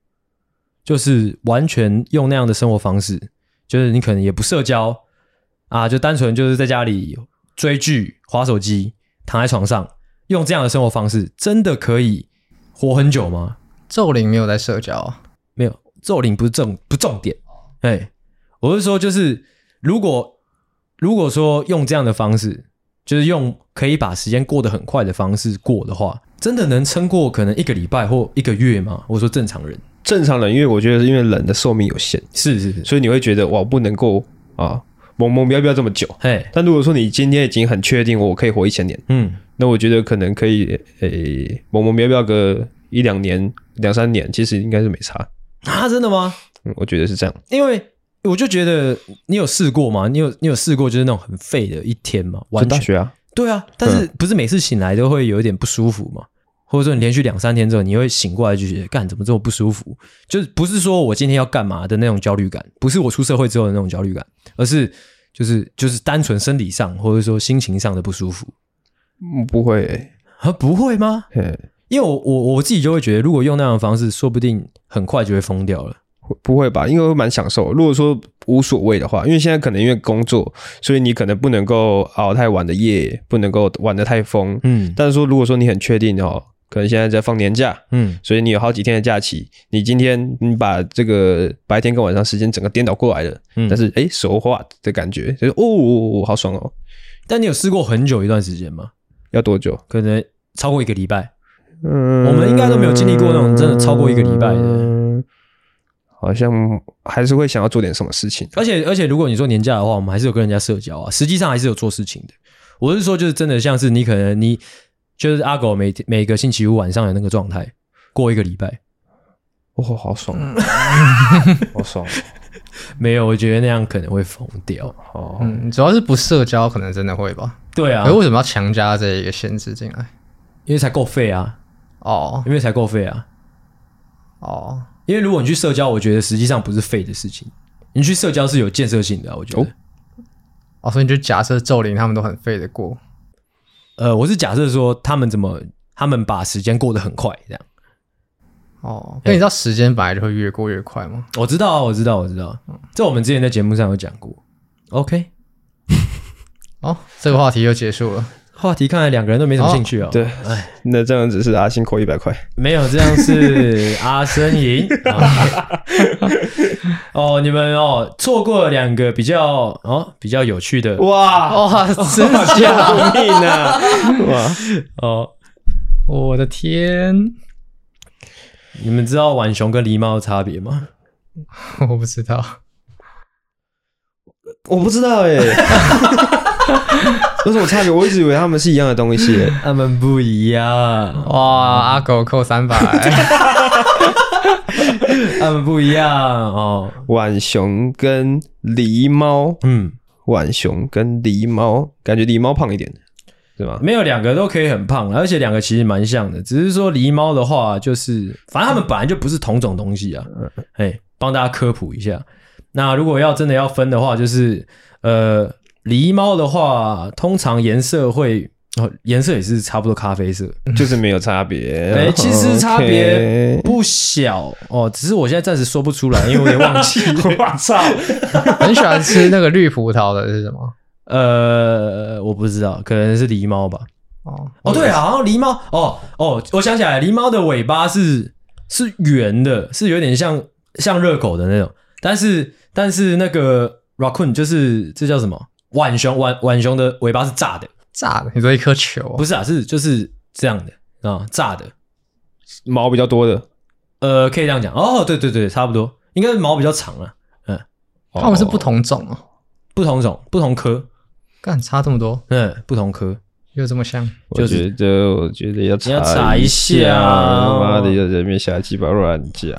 B: 就是完全用那样的生活方式，就是你可能也不社交啊，就单纯就是在家里追剧、划手机、躺在床上，用这样的生活方式，真的可以活很久吗？
C: 咒灵没有在社交
B: 哦
C: 啊，
B: 没有，咒灵不是重不重点。哎，我是说，就是如果如果说用这样的方式，就是用可以把时间过得很快的方式过的话，真的能撑过可能一个礼拜或一个月吗？我说正常人
A: 正常人，因为我觉得是因为人的寿命有限，
B: 是是是，
A: 所以你会觉得哇，不能够啊，萌萌不要不要这么久。
B: 嘿，
A: 但如果说你今天已经很确定我可以活一千年，
B: 嗯，
A: 那我觉得可能可以，诶，萌萌不要不要个一两年、两三年，其实应该是没差。
B: 啊，真的吗？
A: 嗯，我觉得是这样。
B: 因为我就觉得你有试过吗？你有你有试过就是那种很废的一天吗？
A: 我
B: 完
A: 大
B: 全
A: 学啊，
B: 对啊，但是不是每次醒来都会有一点不舒服嘛？或者说你连续两三天之后，你会醒过来就觉得干怎么这么不舒服？就是不是说我今天要干嘛的那种焦虑感，不是我出社会之后的那种焦虑感，而是就是就是单纯生理上或者说心情上的不舒服。
A: 嗯不会、
B: 啊，不会吗？
A: 嘿，
B: 因为我我我自己就会觉得，如果用那样的方式，说不定很快就会疯掉了。
A: 不会吧？因为我蛮享受。如果说无所谓的话，因为现在可能因为工作，所以你可能不能够熬太晚的夜，不能够玩得太疯。
B: 嗯
A: 但是说，如果说你很确定哦，可能现在在放年假，
B: 嗯，
A: 所以你有好几天的假期，你今天你把这个白天跟晚上时间整个颠倒过来了，
B: 嗯
A: 但是哎，手画的感觉就是哦哦，哦好爽哦！
B: 但你有试过很久一段时间吗？
A: 要多久？
B: 可能超过一个礼拜。
A: 嗯，
B: 我们应该都没有经历过那种真的超过一个礼拜的。
A: 好像还是会想要做点什么事情。啊
B: 而且而且，如果你说年假的话，我们还是有跟人家社交啊，实际上还是有做事情的。我是说，就是真的像是你可能你就是阿狗每每个星期五晚上的那个状态，过一个礼拜
A: 哦，好爽， 好爽
B: 没有，我觉得那样可能会疯掉。
A: 哦！
C: 嗯，主要是不社交，可能真的会吧。
B: 对啊
C: 可是，为什么要强加这一个限制进来？
B: 因为才够费啊，
C: 哦
B: 因为才够费啊。
C: 哦，
B: 因为如果你去社交，我觉得实际上不是废的事情。你去社交是有建设性的啊、我觉得。
A: 哦
C: 哦，所以你就假设咒灵他们都很废的过，
B: 呃，我是假设说他们怎么，他们把时间过得很快，这样。
C: 哦，那你知道时间本来就会越过越快吗？
B: 我知道啊，我知道，我知道。
C: 嗯
B: 这我们之前在节目上有讲过。OK，
C: 哦，这个话题又结束了。
B: 话题看来两个人都没什么兴趣哦。
A: 对，那这样只是阿星扣一百块。
B: 没有，这样 是阿森赢。哦，你们哦错过了两个比较哦比较有趣的
A: 哇，
C: 哇，真的
A: 救命啊！哇，
B: 哦。
C: 我的天，
B: 你们知道浣熊跟狸猫的差别吗？
C: 我不知道。
A: 我不知道哎、 欸，有什么差别？我一直以为他们是一样的东西、欸。
B: 他们不一样，
C: 哇，阿狗扣三百，
B: 他们不一样哦。
A: 浣熊跟狸猫，
B: 嗯，
A: 浣熊跟狸猫，感觉狸猫胖一点，是吗？
B: 没有两个都可以很胖，而且两个其实蛮像的，只是说狸猫的话，就是反正它们本来就不是同种东西啊。哎，帮大家科普一下。那如果要真的要分的话，就是呃，狸猫的话，通常颜色会哦，颜色也是差不多咖啡色，
A: 就是没有差 别。
B: 哎、其实差别
A: OK
B: 不小哦，只是我现在暂时说不出来，因为我有点忘记。 我操！
C: 很喜欢吃那个绿葡萄的是什么？
B: 呃，我不知道，可能是狸猫吧。
C: 哦
B: 哦，对啊，好像狸猫，哦哦，我想起来，狸猫的尾巴是是圆的，是有点像像热狗的那种，但是但是那个 raccoon 就是这叫什么浣熊浣浣熊的尾巴是炸的，
C: 炸的，你说一颗球哦、
B: 不是啊，是就是这样的啊，炸的，
A: 毛比较多的，
B: 呃，可以这样讲，哦，对对对，差不多，应该是毛比较长啊，
C: 他们是不同种哦、
B: 不同种不同科，
C: 干差这么多，
B: 嗯，不同科，
C: 又这么像，
A: 我觉得，我觉得要查
B: 要查一
A: 一
B: 下哦
A: 妈的，要人面下鸡巴乱讲。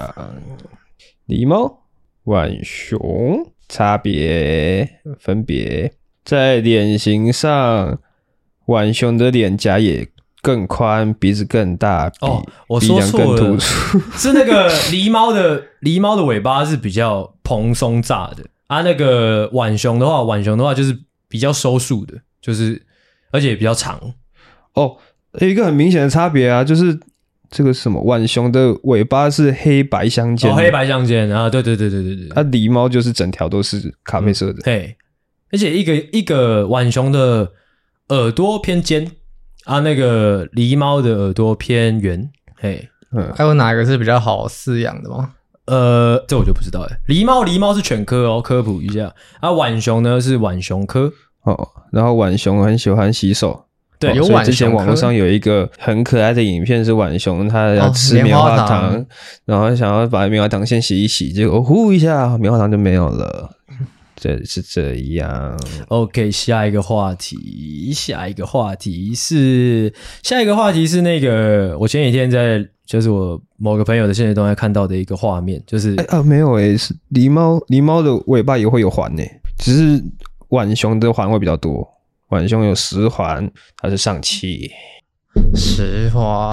A: 狸猫、浣熊差别分别在脸型上，浣熊的脸颊也更宽，鼻子更大，鼻
B: 哦我
A: 鼻
B: 说
A: 梁
B: 错
A: 更
B: 了
A: 突出。
B: 是那个狸猫的狸猫的尾巴是比较蓬松炸的啊，那个浣熊的话，浣熊的话就是比较收束的，就是而且也比较长。
A: 哦，有一个很明显的差别啊，就是这个是什么浣熊的尾巴是黑白相间
B: 哦，
A: 的，
B: 黑白相间啊，对对对对对对，
A: 啊，狸猫就是整条都是咖啡色的。
B: 对，而且一个一个浣熊的耳朵偏尖啊，那个狸猫的耳朵偏圆，嘿，
A: 嗯，
C: 还有哪个是比较好饲养的吗？
B: 呃，这我就不知道了。狸猫狸猫是犬科哦，科普一下啊，浣熊呢是浣熊科，
A: 哦，然后浣熊很喜欢洗手。
B: 对
A: 哦
C: 有
A: 所以
C: 浣
A: 之前
C: 熊
A: 网络
C: 科
A: 上有一个很可爱的影片，是浣熊它要
C: 哦
A: 吃
C: 棉
A: 棉
C: 花
A: 花
C: 糖
A: 糖，然后想要把棉花糖先洗一洗，结果呼一下棉花糖就没有 了。这是这样，
B: OK，下一个话题，下一个话题是下一个话题是那个我前几天在就是我某个朋友的现实动态看到的一个画面，就是
A: 哎啊，没有诶、是狸猫，狸猫的尾巴也会有环呢、欸只是浣熊的环会比较多，浣熊有十环，它是上气。
C: 石花，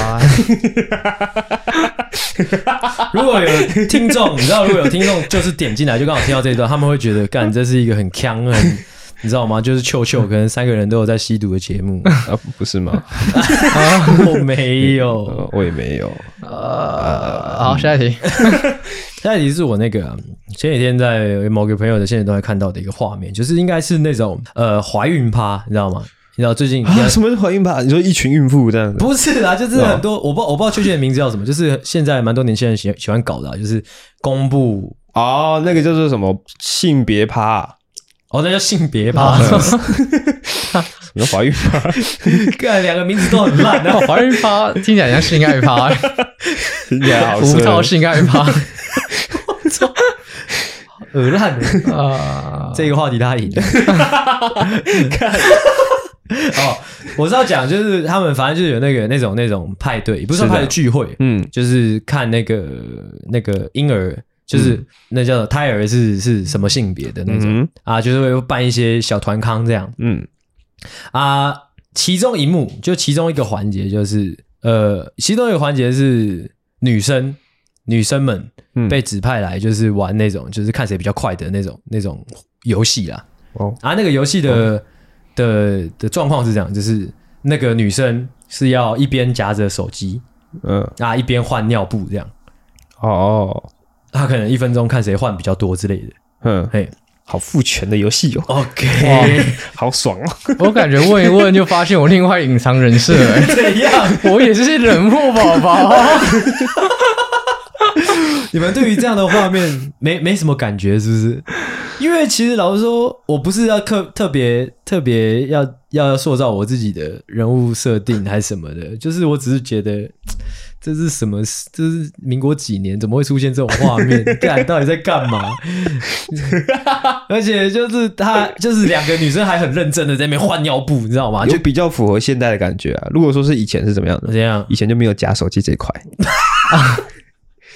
B: 如果有听众，你知道如果有听众就是点进来就刚好听到这一段，他们会觉得干这是一个很强很你知道吗？ 就是球球，可能三个人都有在吸毒的节目，
A: 啊，不是 吗？
B: 我没有。
A: 呃我也没有。
C: 啊呃，好，下一 题。
B: 下一题是我那个前几天在某个朋友的现实动态看到的一个画面，就是应该是那种呃怀孕趴，你知道吗？你知道最近应该
A: 啊，什么是怀孕吧？你说一群孕妇这样子？
B: 不是啦，就是
A: 啊
B: 很多我不知道我不知道确切的名字叫什么，就是现在蛮多年轻人喜喜欢搞的啊、就是公布
A: 哦，那个叫做什么性别趴啊？
B: 哦，那叫性别趴，
A: 什么叫怀孕趴？
B: 看两个名字都很烂 啊。
C: 哦怀孕趴 听起来像性爱趴，
A: 听起来好
C: 无套
A: 色。
C: 性爱趴
B: 耳烂的，
C: 啊。
B: 这个话 题他赢了。 哦，我是要讲，就是他们反正就是有那个那种那种派对，不是说
A: 是的
B: 派对聚会，
A: 嗯，
B: 就是看那个那个婴儿，就是那叫胎儿是是什么性别的那种、
A: 嗯
B: 啊，就是会办一些小团康这样
A: 嗯，
B: 啊。其中一幕就其中一个环节就是呃，其中一个环节是女生女生们
A: 嗯
B: 被指派来就是玩那种就是看谁比较快的那种那种游戏啦。
A: 哦
B: 啊，那个游戏的、的的状况是这样，就是那个女生是要一边夹着手机
A: 嗯，
B: 啊，一边换尿布这样。
A: 哦，
B: 他可能一分钟看谁换比较多之类的。
A: 嗯，
B: 嘿
A: 好父权的游戏哦，
B: ，OK，
A: 好爽哦。
C: 我感觉问一问就发现我另外隐藏人设了、
B: 怎样？
C: 我也是人物宝宝。
B: 你们对于这样的画面 没没什么感觉，是不是？因为其实老实说，我不是要特特别特别要要塑造我自己的人物设定还是什么的，就是我只是觉得这是什么？这是民国几年怎么会出现这种画 面？干到底在干嘛？ 而且就是他就是两个女生还很认真的在那边换尿布，你知道吗？啊就
A: 就比较符合现代的感觉啊。如果说是以前是怎么样的
B: 这？样。
A: 以前就没有夹手机这一 块，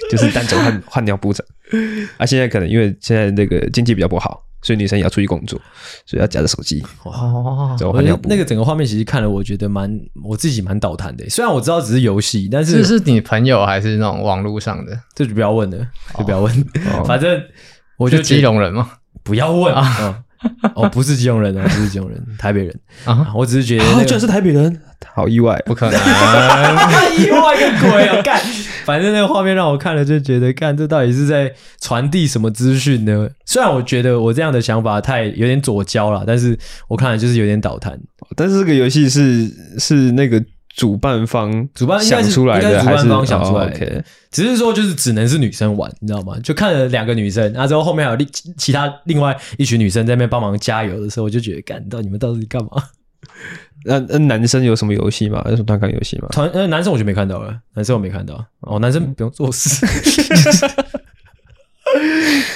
A: 就是单手换换尿布整。啊，现在可能因为现在那个经济比较不好，所以女生也要出去工作，所以要夹着手机，
C: 哦，
A: 然后
B: 我
A: 换
B: 觉
A: 尿
B: 得
A: 布。
B: 那个整个画面其实看了，我觉得蛮我自己蛮倒弹的。虽然我知道只是游戏，但
C: 这
B: 是
C: 是你朋友还是那种网络上的？
B: 这就不要问了，就不要问。
A: 哦
B: 反正我
C: 我
B: 就
C: 就
B: 觉
C: 基
B: 得
C: 隆人嘛。
B: 不要问啊。哦，不是基隆人啊，不 是基隆人，台北人啊
C: 啊。
B: 我只是觉得
A: 啊，
B: 那个
A: 居然 是台北人，好意外哦
C: 不可能，
B: 意外个鬼 哦！干，反正那个画面让我看了就觉得，干这到底是在传递什么资讯呢？虽然我觉得我这样的想法太有点左交了，但是我看了就是有点倒弹。
A: 哦！但是这个游戏是是那个主办方
B: 主办应该
A: 想
B: 是
A: 出来
B: 应该
A: 的，
B: 是主
A: 还
B: 办
A: 是哦
B: 方想出来的
A: o k
B: 只是说就是只能是女生玩，你知道吗？就看了两个女生，然后之后后面还有另其其他另外一群女生在那边帮忙加油的时候，我就觉得，干到你们到底 干嘛？
A: 那那男生有什么游戏吗？有什么单杠游戏吗？
B: 团呃男生我就没看到了，男生我没看到哦，男生不用做事。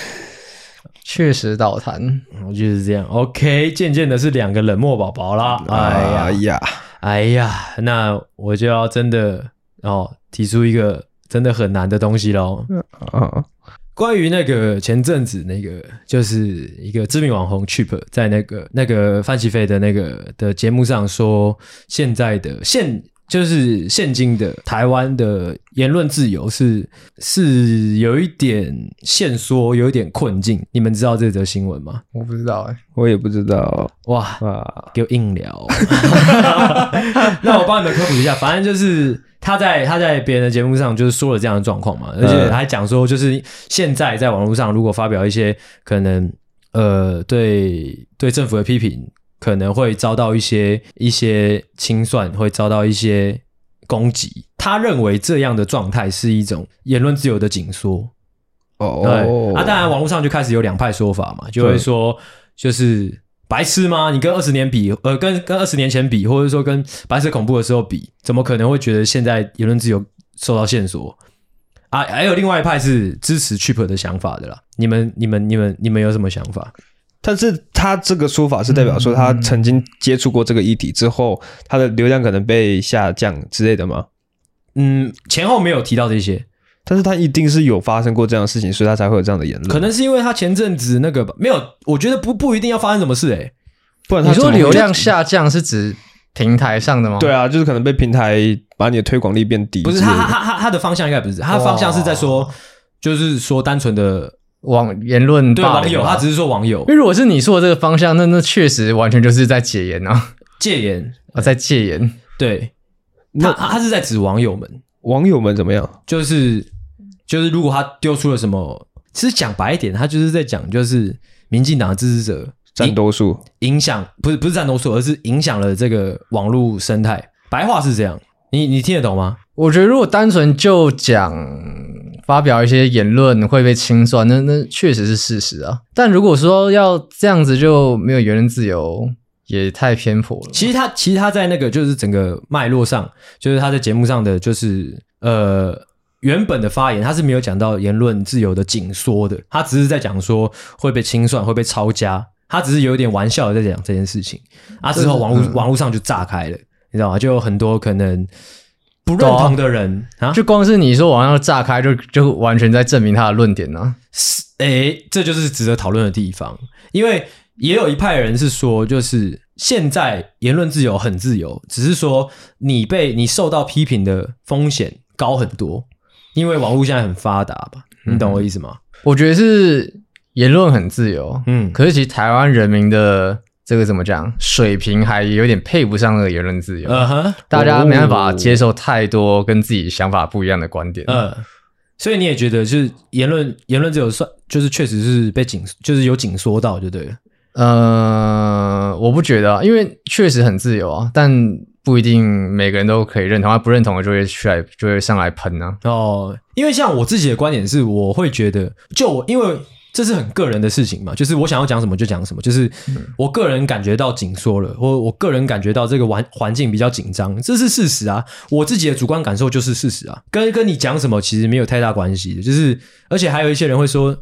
C: 确实倒谈。
B: 我就是这样，OK，渐渐的是两个冷漠宝宝 啦，哎
A: 哎
B: 呀
A: 呀，
B: 哎呀，那我就要真的哦提出一个真的很难的东西喽。
A: 啊，
B: 关于那个前阵子那个，就是一个知名网红 Chip 在那个那个范奇飞的那个的节目上说，现在的现就是现今的台湾的言论自由是是有一点限缩，有一点困境。你们知道这则新闻吗？
C: 我不知道哎、
A: 我也不知道
B: 哇，
A: 啊，
B: 给我硬聊、 那我帮你们科普一下，反正就是他在他在别人的节目上就是说了这样的状况嘛，而且还讲说，就是现在在网络上如果发表一些可能呃对对政府的批评，可能会遭到一些一些清算，会遭到一些攻击。他认为这样的状态是一种言论自由的紧缩，
A: 哦
B: 对，啊，当然网络上就开始有两派说法嘛，就会
A: 对
B: 说就是白痴吗？你跟二十年比，呃，跟跟二十年前比，或者说跟白色恐怖的时候比，怎么可能会觉得现在言论自由受到限索？啊，还有另外一派是支持 Chip 的想法的啦。你们、你们、你们、你们有什么想法？
A: 但是他这个说法是代
B: 嗯
A: 表说他曾经接触过这个议题之后，他的流量可能被下降之类的吗？
B: 嗯，前后没有提到这些，
A: 但是他一定是有发生过这样的事情，所以他才会有这样的言论。
B: 可能是因为他前阵子那个吧没有，我觉得不不一定要发生什么事诶、欸
A: 不然他
C: 你说
A: 怎么会
C: 流量下降是指平台上的吗？
A: 对啊，就是可能被平台把你的推广力变低之
B: 不哦
A: 类的。
B: 是他他他他的方向应该不是，他的方向是在说，就是说单纯的
C: 网言论
B: 对啊
C: 霸
B: 网
C: 凌
B: 友，
C: 吧
B: 他只是说网友
C: 因为如果是你说的这个方向，那那确实完全就是在戒严啊，
B: 戒严，
C: 啊在戒严。
B: 对，他他他是在指网友们，
A: 网友们怎么样？
B: 就是就是如果他丢出了什么，其实讲白一点，他就是在讲就是民进党的支持者
A: 占多数，
B: 影响不是不是战斗术，而是影响了这个网络生态。白话是这样，你你听得懂吗？
C: 我觉得如果单纯就讲发表一些言论会被清算，那那确实是事实啊。但如果说要这样子就没有言论自由，也太偏颇了。
B: 其实他其实他在那个就是整个脉络上，就是他在节目上的就是呃原本的发言，他是没有讲到言论自由的紧缩的，他只是在讲说会被清算，会被抄家，他只是有一点玩笑的在讲这件事情啊。之后网络、网络上就炸开了，你知道吗？就有很多可能不认同的人啊，
C: 就光是你说网上炸开就，就完全在证明他的论点啊呢、
B: 诶，这就是值得讨论的地方，因为也有一派人是说，就是现在言论自由很自由，只是说你被你受到批评的风险高很多，因为网络现在很发达吧？你
C: 嗯
B: 懂我意思吗？
C: 我觉得是言论很自由，
B: 嗯
C: 可是其实台湾人民的这个怎么讲，水平还有点配不上那个言论自由，
B: 嗯哼，哦
C: 大家没办法接受太多跟自己想法不一样的观点。
B: 嗯，所以你也觉得就是言论言论自由算就是确实是被紧就是有紧缩到就对了，
C: 呃，我不觉得、啊，因为确实很自由啊，但不一定每个人都可以认同，啊他不认同的就会去来就会上来喷啊。
B: 哦，因为像我自己的观点是，我会觉得，就我因为这是很个人的事情嘛，就是我想要讲什么就讲什么，就是我个人感觉到紧缩了，或我个人感觉到这个环环境比较紧张，这是事实啊。我自己的主观感受就是事实啊，跟跟你讲什么其实没有太大关系的，就是而且还有一些人会说。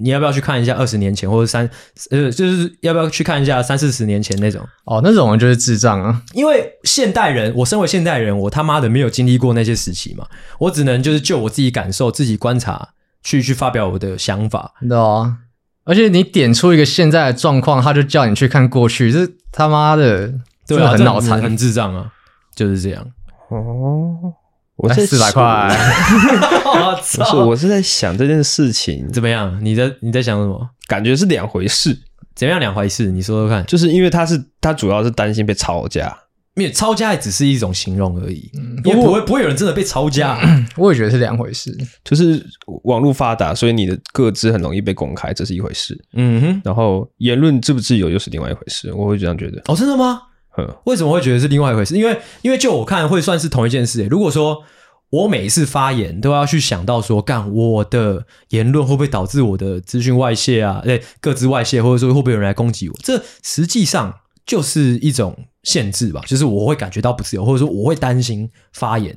B: 你要不要去看一下二十年前或者三呃，就是要不要去看一下三四十年前那种？
C: 哦，那种人就是智障啊。
B: 因为现代人，我身为现代人，我他妈的没有经历过那些时期嘛，我只能就是就我自己感受、自己观察去去发表我的想法。
C: 对啊，而且你点出一个现在的状况，他就叫你去看过去，这他妈的，
B: 对
C: 真的
B: 啊，
C: 很
B: 这
C: 脑残，哎
B: 很智障啊，就是这 样。
A: 哦，我在
C: 四百
A: 想
C: 块，
B: 我
A: 不是，我是在想这件事情，
B: 怎么样？你在你在想什么？
A: 感觉是两回事，
B: 怎么样两回事？你说说看。
A: 就是因为他是他主要是担心被吵架，
B: 没有抄家也只是一种形容而已，因为嗯不会不会有人真的被抄家啊、
C: 我也觉得是两回事。
A: 就是网络发达，所以你的个资很容易被公开，这是一回事。
B: 嗯哼，
A: 然后言论自不自由又是另外一回事，我会这样觉得。
B: 哦，真的吗？
A: 嗯，
B: 为什么会觉得是另外一回事？因为因为就我看会算是同一件事、欸。如果说我每一次发言都要去想到说，干我的言论会不会导致我的资讯外泄啊？对，各自外泄，或者说会不会有人来攻击我？这实际上就是一种限制吧，就是我会感觉到不自由，或者说我会担心发言，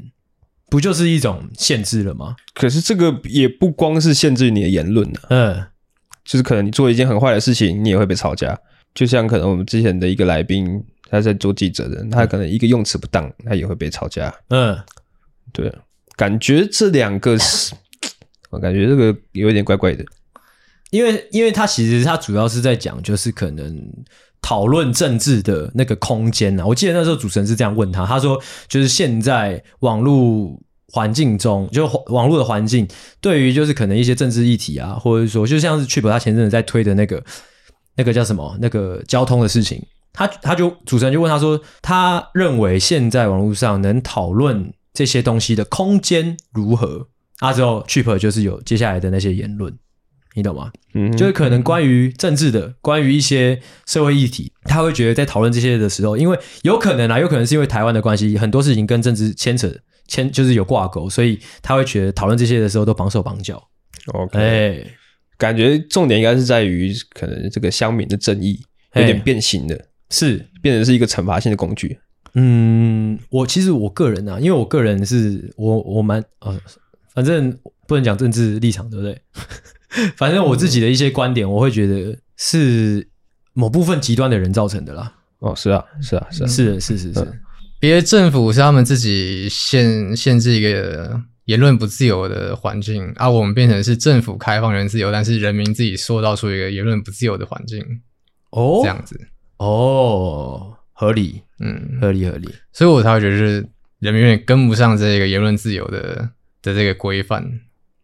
B: 不就是一种限制了吗？
A: 可是这个也不光是限制你的言论啊，
B: 嗯
A: 就是可能你做一件很坏的事情，你也会被吵架。就像可能我们之前的一个来宾，他在做记者的，他可能一个用词不当，他也会被吵架。
B: 嗯，
A: 对，感觉这两个是，我感觉这个有点怪怪的。
B: 因为因为他其实他主要是在讲，就是可能讨论政治的那个空间啊。我记得那时候主持人是这样问他，他说就是现在网络环境中，就网网络的环境，对于就是可能一些政治议题啊，或者说就像是去博他前阵子在推的那个那个叫什么那个交通的事情，他他就主持人就问他说，他认为现在网络上能讨论这些东西的空间如何？啊，之后 Chip 就是有接下来的那些言论，你懂吗？
A: 嗯，
B: 就是可能关于政治的、关于一些社会议题，他会觉得在讨论这些的时候，因为有可能啊，有可能是因为台湾的关系，很多事情跟政治牵扯牵就是有挂钩，所以他会觉得讨论这些的时候都绑手绑脚。
A: OK，、
B: 哎、
A: 感觉重点应该是在于可能这个乡民的正义有点
B: 哎
A: 变形的，
B: 是，
A: 变成是一个惩罚性的工具。
B: 嗯，我其实我个人啊，因为我个人是我我蛮呃，反正不能讲政治立场，对 不对？反正我自己的一些观点，我会觉得是某部分极端的人造成的啦。
A: 哦，是啊，是啊，是啊，
B: 是是是是，
C: 别的政府是他们自己限限制一个言论不自由的环境，啊，我们变成是政府开放人自由，但是人民自己塑造出一个言论不自由的环境，
B: 哦，
C: 这样子，
B: 哦，合理，
C: 嗯，
B: 合理，合理。
C: 所以我才会觉得是人民有点跟不上这个言论自由的的这个规范，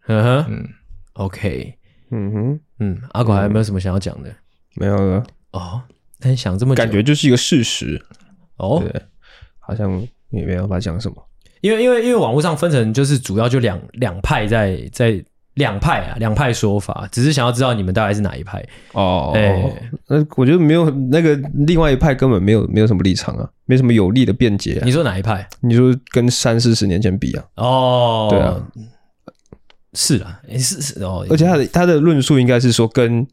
B: 嗯哼
C: 嗯，
B: ，OK。
A: 嗯哼，
B: 嗯，阿狗还有没有什么想要讲的？
A: 没有了，
B: 哦，但想这么久
A: 感觉就是一个事实，
B: 哦，
A: 对，好像也没办法讲什么。
B: 因为因为因为网络上分成就是主要就两两派在在两派啊两派说法，只是想要知道你们大概是哪一派。
A: 哦
B: 哎
A: 那我觉得没有那个另外一派根本没有没有什么立场啊，没什么有力的辩解、啊
B: 你。说哪一派？
A: 你说跟三四十年前比啊，
B: 哦，
A: 对啊，
B: 是啦，诶是是哦，
A: 而且他的他的论述应该是说跟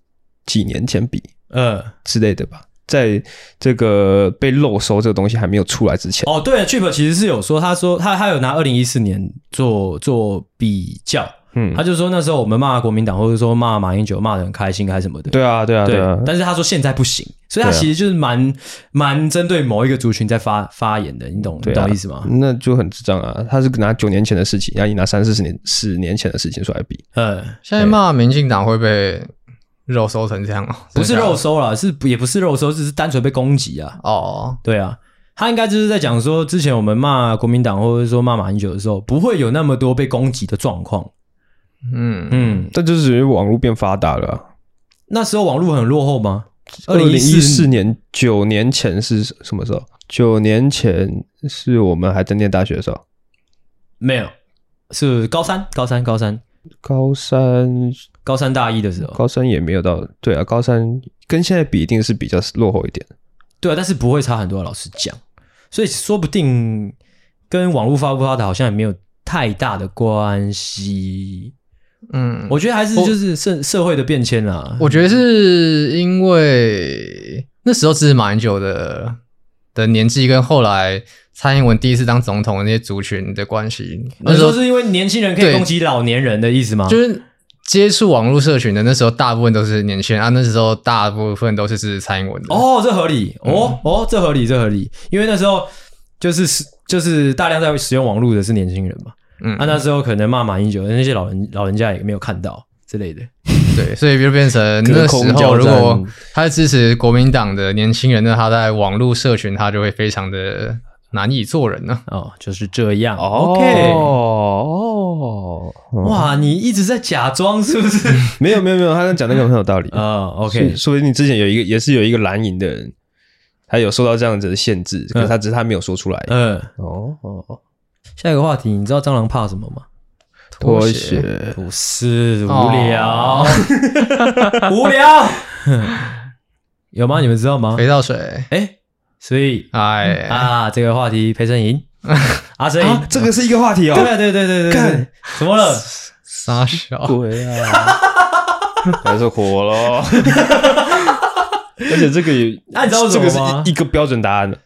A: 几年前比
B: 呃
A: 之类的吧，在这个被漏收这个东西还没有出来之前，
B: 哦，对了，Chip 其实是有说，他说他他有拿二零一四年做做比较，
A: 嗯
B: 他，就说那时候我们骂国民党，或者说骂马英九骂的很开心还是什么的，
A: 对啊，对啊，对啊，
B: 但是他说现在不行，所以他
A: 对啊
B: 其实就是蛮蛮针对某一个族群在发发言的，你懂、你
A: 对啊
B: 懂意思吗？
A: 那就很智障啊！他是拿九年前的事情，然后你拿三四十年、十年前的事情出来比，
B: 呃，
C: 现在骂民进党会被肉收成这样哦，
B: 不是
C: 真的假的
B: 肉搜啦，是也不是肉搜，只是单纯被攻击啊。
C: 哦，
B: 对啊，他应该就是在讲说，之前我们骂国民党或者说骂马英九的时候，不会有那么多被攻击的状况。
C: 嗯，
B: 嗯，
A: 这就是因为网络变发达了啊、
B: 那时候网络很落后吗？
A: 二零一
B: 2014
A: 四年九年前是什么时候？九年前是我们还在念大学的时候，
B: 没有，是高三，高三，高三，
A: 高三
B: 高三大一的时候。
A: 高三也没有到，对啊，高三跟现在比一定是比较落后一点。
B: 对啊，但是不会差很多啊，老实讲，所以说不定跟网络发不发达好像也没有太大的关系。
C: 嗯，
B: 我觉得还是就是社社会的变迁啊啦。
C: 我觉得是因为那时候支持马英九的的年纪，跟后来蔡英文第一次当总统的那些族群的关系，
B: 那
C: 那时
B: 时
C: 候
B: 候是因为年轻人可以
C: 对
B: 攻击老年人的意思吗？
C: 就是接触网络社群的那时候，大部分都是年轻人啊，那时候大部分都是支持蔡英文的。，
B: 哦，这合理
C: 嗯
B: 哦、哦，这合理这合理，因为那时候就是使就是大量在使用网络的是年轻人嘛，
C: 嗯
B: 啊，那时候可能骂马英九，那些老人老人家也没有看到之类的。
C: 对，所以就变成
A: 隔
C: 那
A: 空
C: 时
A: 交
C: 候，如
A: 战
C: 果他是支持国民党的年轻人，那他在网络社群他就会非常的难以做人呢、
B: 哦，就是这样。
A: 哦哦，哇，
B: 哇，你一直在假装是不 是？
A: 没有没有没有，他讲那个很有道理。
B: 啊
A: 是说不定你之前有一个也是有一个蓝营的人，他有受到这样子的限制，可是他只是他没有说出来。
B: 嗯，
A: 哦哦，
B: 下一个话题，你知道蟑螂怕什么吗？
A: 拖
C: 拖
A: 鞋
C: 鞋
B: 不是
C: 哦
B: 无聊， 无 聊，有吗？你们知道吗？
C: 肥皂水，
B: 哎，所以
C: 哎，
B: 啊，这个话题陪胜赢，阿胜赢
A: 啊，，这个是一个话题哦。
B: 对对对对对对
A: 干，
B: 怎么了？
C: 傻小，
A: 鬼 啊！
D: 还是火咯。
A: 而且这个也，
B: 那你知道为什
A: 这
B: 么
A: 个
B: 吗
A: 是一一个标准答案的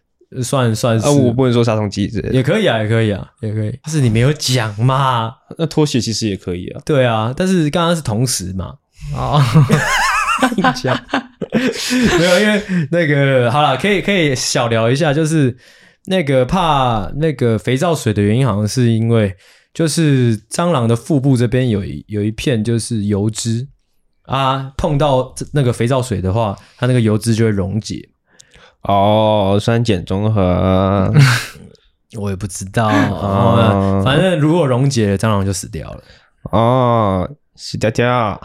B: 算算是
A: 啊，我不能说杀虫剂之类的。
B: 也可以啊，也可以啊，也可以。但是你没有讲嘛？
D: 那拖鞋其实也可以啊，
B: 对啊，但是刚刚是同时嘛，
C: 哦，
B: 没有，因为那个好了，可以可以小聊一下，就是那个怕那个肥皂水的原因，好像是因为就是蟑螂的腹部这边有一有一片就是油脂啊，碰到这那个肥皂水的话，它那个油脂就会溶解。
A: 哦，酸碱中和，
B: 我也不知道，哦反正如果溶解了，蟑螂就死掉了。
A: 哦，死掉掉。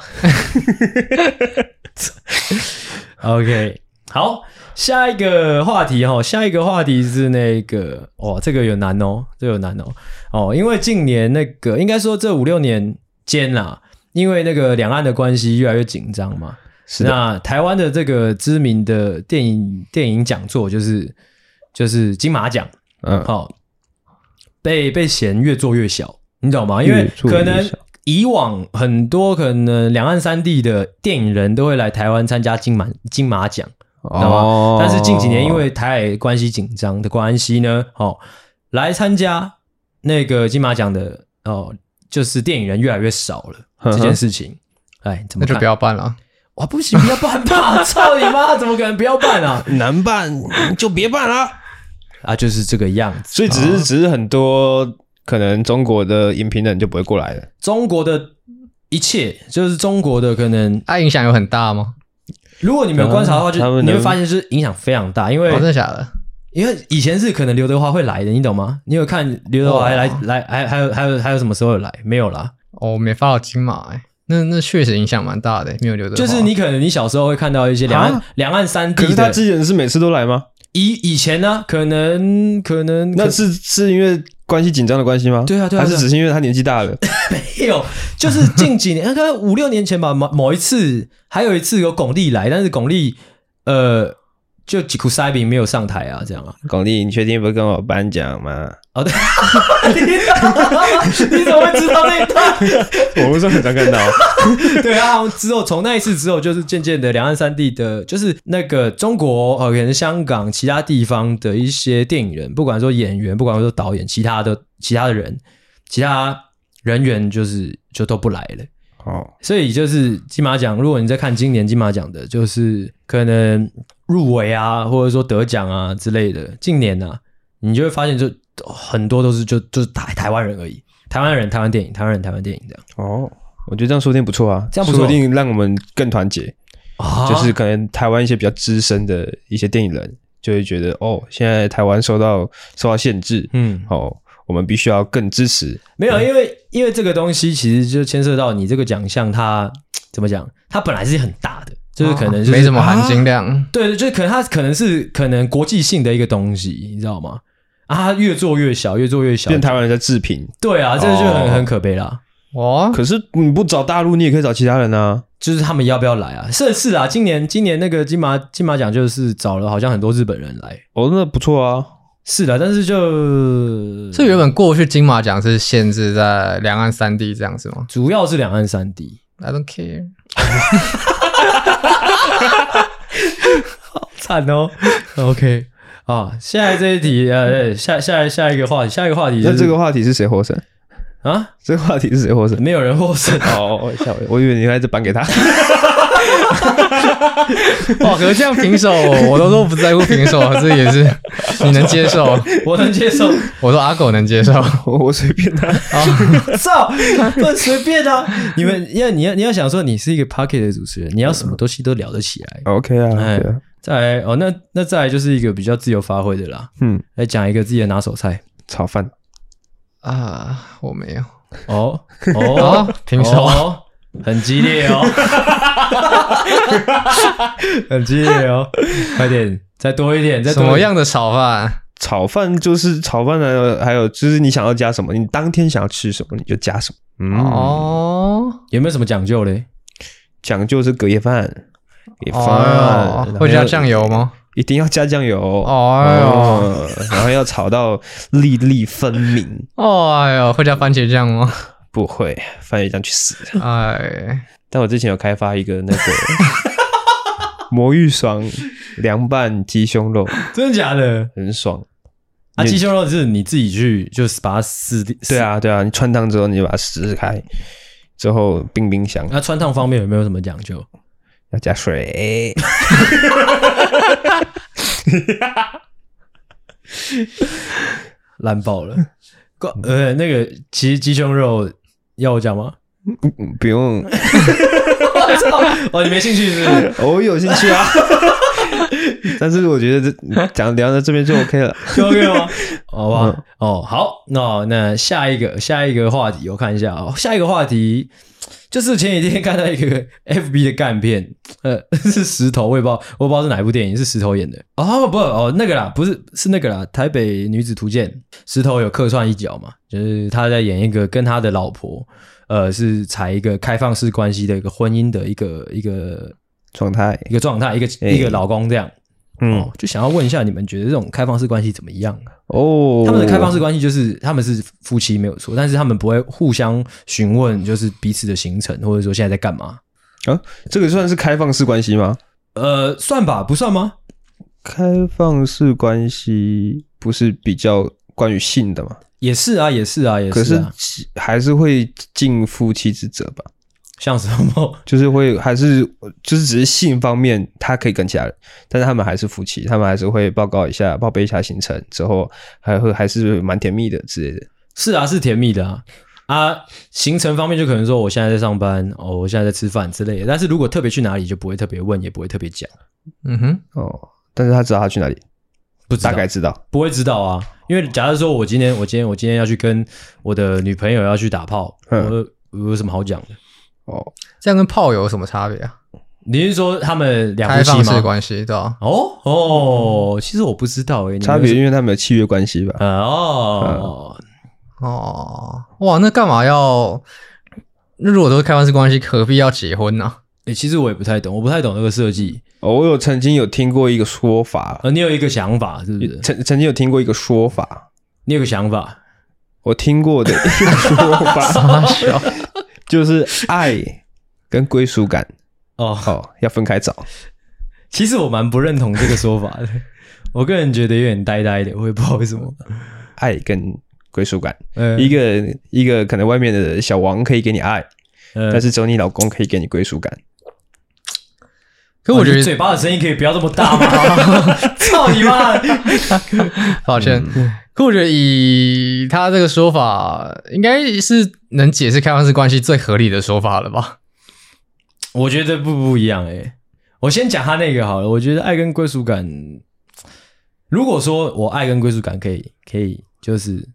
B: OK，好，下一个话题哈，下一个话题是那个，哇，这个有难哦，这个有难哦，哦，因为近年那个应该说这五六年间啦，因为那个两岸的关系越来越紧张嘛，
A: 是啊的，
B: 那台湾的这个知名的电影电影讲座就是就是金马奖，
A: 嗯，
B: 好、被被嫌越做越小，你懂吗？因为
A: 越做越
B: 可能
A: 小
B: 以往很多可能两岸三地的电影人都会来台湾参加金马金马奖，道吗
A: 哦，
B: 但是近几年因为台海关系紧张的关系呢，哦，来参加那个金马奖的哦，就是电影人越来越少了
A: 嗯
B: 这
A: 哼
B: 件事情。哎，怎么
C: 那就
B: 看
C: 不？要办了。
B: 哇，不行，不要办吧！ 操你妈，怎么可能不要办啊？
A: 难办就别办了。啊
B: 啊，就是这个样子。
A: 所以只是只是很多可能中国的影评人就不会过来了。
B: 中国的一切，就是中国的可能
C: 它、啊影响有很大吗？
B: 如果你没有观察的话，就
A: 啊他们
B: 你会
A: 能
B: 发现是影响非常大，因为
C: 哦，真的假的？
B: 因为以前是可能刘德华会来的，你懂吗？你有看刘德华
C: 哇
B: 来来来，还还有还有还有什么时候有来？没有啦，
C: 哦，我没发到金马、欸，那那确实影响蛮大的，没有刘德华。
B: 就是你可能你小时候会看到一些两岸
A: 啊
B: 两岸三
A: 可
B: 地
A: 是他
B: 的，
A: 之前是每次都来吗？
B: 以以前呢，可能可能
A: 那是是因为关系紧张的关系吗？
B: 对啊对啊
A: 还是
B: 对啊
A: 只是因为他年纪大了？
B: 没有，就是近几年，大 概五六年前吧，某某一次，还有一次有巩俐来，但是巩俐呃，就吉库塞饼没有上台啊，这样啊。
A: 巩俐，你确定不跟我颁奖吗？
B: 哦，对， 你怎么会知道那一段？
A: 我不是很常看到，
B: 对啊，好像之后从那一次之后，就是渐渐的两岸三地的，就是那个中国呃，可能香港其他地方的一些电影人，不管说演员，不管说导演，其他的其他的人，其他人员就是就都不来了。
A: 哦，
B: 所以就是金马奖，如果你在看今年金马奖的，就是可能入围啊，或者说得奖啊之类的，近年啊，你就会发现就很多都是就就是台台湾人而已，台湾人台湾电影，台湾人台湾电影这样
A: 哦，我觉得这样说不定不错啊，
B: 这样不错
A: 说不定让我们更团结。
B: 啊
A: 就是可能台湾一些比较资深的一些电影人就会觉得，哦，现在台湾受到受到限制，
B: 嗯，
A: 哦，我们必须要更支持。
B: 没有，因为因为这个东西其实就牵涉到你这个奖项它怎么讲，它本来是很大的，就是可能、就是
C: 哦啊
B: 啊
C: 没什么含金量，
B: 对对，就是可能它可能是可能国际性的一个东西，你知道吗？啊，它越做越小，越做越小，
A: 变台湾人在制 品，
B: 对啊，这个就很、
A: 哦
B: 很可悲啦。
C: 哇，
A: 可是你不找大陆，你也可以找其他人啊。
B: 就是他们要不要来啊？是是啊，今年今年那个金马金马奖就是找了好像很多日本人来，
A: 哦，那不错啊。
B: 是的、但是就
C: 这原本过去金马奖是限制在两岸三地这样是吗
B: 主要是两岸三地，
C: ？I don't care。
B: 惨 哦。OK 啊，现在这一题呃，下下下一个话题，下一个话题、就
A: 那
B: 是
A: 这个话题是谁获胜？
B: 啊，
A: 这个话题是谁获胜？
B: 没有人获胜。
A: 哦，我吓我，我以为你还在颁给他。
C: 哇，哦可是这样平手，我都说不在乎平手，这也 是你能接受，
B: 我能接受，
C: 我说阿狗能接受。
A: 我我随 便他、
B: 操，不随便啊！你们，因为你要你要想说，你是一个 pocket 的主持人，你要什么东西都聊得起来。
A: OK
C: 嗯
A: 啊
B: 哎
A: ，OK 啊，
B: 再来哦，那那再来就是一个比较自由发挥的啦，
A: 嗯，
B: 来讲一个自己的拿手菜。
A: 炒饭。
C: 啊，我没有。
B: 哦
C: 哦
B: 哦，
C: 停手
B: 哦，很激烈哦， 很激烈哦，快点，再多一点，再
C: 什
B: 多
C: 么
B: 一点？
C: 样的炒饭？
A: 炒饭就是炒饭呢，还有就是你想要加什么，你当天想要吃什么你就加什么。嗯，
C: 哦，
B: 有没有什么讲究嘞？
A: 讲究是隔夜饭，隔夜饭、
C: 哦，会加酱
A: 油，
C: 油吗？
A: 一定要加酱油
C: 哦，
A: 嗯然后要炒到粒粒分明。
C: 哦，哎呦，会加番茄酱 吗？
A: 不会，番茄酱去死！
C: 哎，
A: 但我之前有开发一个那 个魔芋爽凉拌鸡胸肉，
B: 真的假的？
A: 很爽。
B: 啊，
A: 你
B: 鸡胸肉是你自己去，就是把它撕掉。
A: 对啊，对啊，你穿烫之后你就把它撕开，之后冰冰箱
B: 撕，那穿烫方面有没有什么讲究？
A: 要加水。
B: 烂爆了。瓜呃，那个其实鸡胸肉要我讲吗？
A: 嗯不用，
B: 哦，你没兴趣是不是？
A: 我有兴趣 啊。但是我觉得这讲聊到这边就 OK 了。
B: 有 OK 吗？ 好
A: 嗯
B: 吧，哦，好，那那下一个下一个话题，我看一下哦，下一个话题就是前几天看到一个 FB 的干片，呃， 是石头，我也不知道，我不知道是哪一部电影，是石头演的。哦，不，哦，那个啦，不是，是那个啦，《台北女子图鉴》，石头有客串一角嘛，就是他在演一个跟他的老婆，呃，是采一个开放式关系的一个婚姻的一个一个
A: 状态，
B: 一个状态，一个、
A: 哎
B: 一个老公这样。
A: 嗯
B: 哦，，就想要问一下，你们觉得这种开放式关系怎么样？
A: 哦，
B: 他们的开放式关系就是他们是夫妻没有错，但是他们不会互相询问，就是彼此的行程，或者说现在在干嘛？
A: 啊，这个算是开放式关系吗？
B: 呃，算吧，不算吗？
A: 开放式关系不是比较关于性的吗？
B: 也是啊，也是啊，也
A: 可是
B: 是啊，
A: 其还是会尽夫妻之责吧，
B: 像什么？
A: 就是会还是就是只是性方面他可以跟其他人，但是他们还是夫妻，他们还是会报告一下报备一下行程之后，还会还是蛮甜蜜的之类的。
B: 是啊，是甜蜜的啊。啊，行程方面就可能说我现在在上班，哦，我现在在吃饭之类的。但是如果特别去哪里，就不会特别问，也不会特别讲，
C: 嗯哼，
A: 哦，但是他知道他去哪里，
B: 不知道
A: 大概知道。
B: 不会知道啊。因为假如说我今天我今天我今天要去跟我的女朋友要去打炮，
A: 嗯
B: 我我有什么好讲的？
A: 哦，
C: 这样跟炮友有什么差别啊？
B: 你是说他们两
C: 开
B: 夫
C: 放
B: 妻
C: 式
B: 吗？
C: 关系，对吧、
B: 哦哦，其实我不知道诶，你们
A: 嗯差别嗯因为他们有契约关系吧？
B: 呃哦，
C: 哦，哇，那干嘛要？那如果都是开放式关系，何必要结婚 呢、
B: 诶，欸其实我也不太懂，我不太懂这个设计。
A: 哦，我有曾经有听过一个说法，啊
B: 呃，你有一个想法是不是？
A: 曾曾经有听过一个说法，
B: 你有个想法，
A: 我听过的一 个说法，就是爱跟归属感
B: 哦
A: 哦要分开找。
B: 其实我蛮不认同这个说法 的，我个人觉得有点呆呆的，我也不知道为什么。
A: 爱跟归属感，
B: 呃，
A: 一个一个可能外面的小王可以给你爱，
B: 呃
A: 但是只有你老公可以给你归属感。
C: 可我觉
B: 哇你
C: 得，
B: 呃嘴巴的声音可以不要这么大 吗？操你妈！
C: 抱歉，
B: 嗯
C: 可我觉得以他这个说法，应该是能解释开放式关系最合理的说法了吧？
B: 我觉得不不一样诶、我先讲他那个好了。我觉得爱跟归属感，如果说我爱跟归属感可以可以就是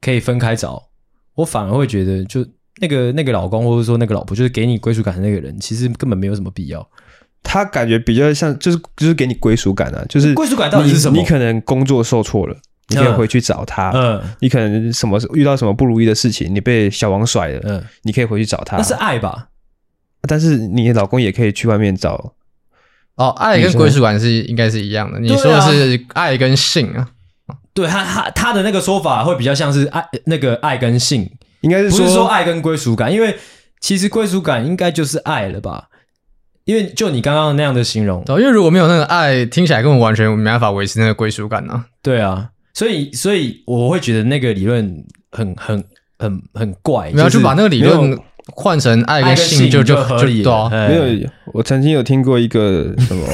B: 可以分开找，我反而会觉得就那个那个老公或者说那个老婆，就是给你归属感的那个人，其实根本没有什么必要。
A: 他感觉比较像，就是就是给你归属感啊，就是
B: 归属感到底是什么
A: 你？你可能工作受挫了，你可以
B: 嗯
A: 回去找他。
B: 嗯
A: 你可能什么遇到什么不如意的事情，你被小王甩了，
B: 嗯，
A: 你可以回去找他。
B: 那是爱吧？
A: 但是你老公也可以去外面找，
C: 哦，爱跟归属感是应该是一样的。你
B: 对啊
C: 说的是爱跟性啊？
B: 对他他他的那个说法会比较像是爱那个爱跟性，
A: 应该是
B: 不
A: 说
B: 是说爱跟归属感，因为其实归属感应该就是爱了吧？因为就你刚刚那样的形容，
C: 对啊，因为如果没有那个爱，听起来根本完全没办法维持那个归属感啊。
B: 对啊，所以所以我会觉得那个理论很很很很怪，
C: 你要
B: 就
C: 去
B: 是
C: 把那个理
B: 没
C: 论
B: 有
C: 换成爱
B: 爱跟
C: 跟性，就
B: 就
C: 就
B: 合理
C: 对
B: 了，
C: 啊。
B: 哎
A: 没有。我曾经有听过一个什 么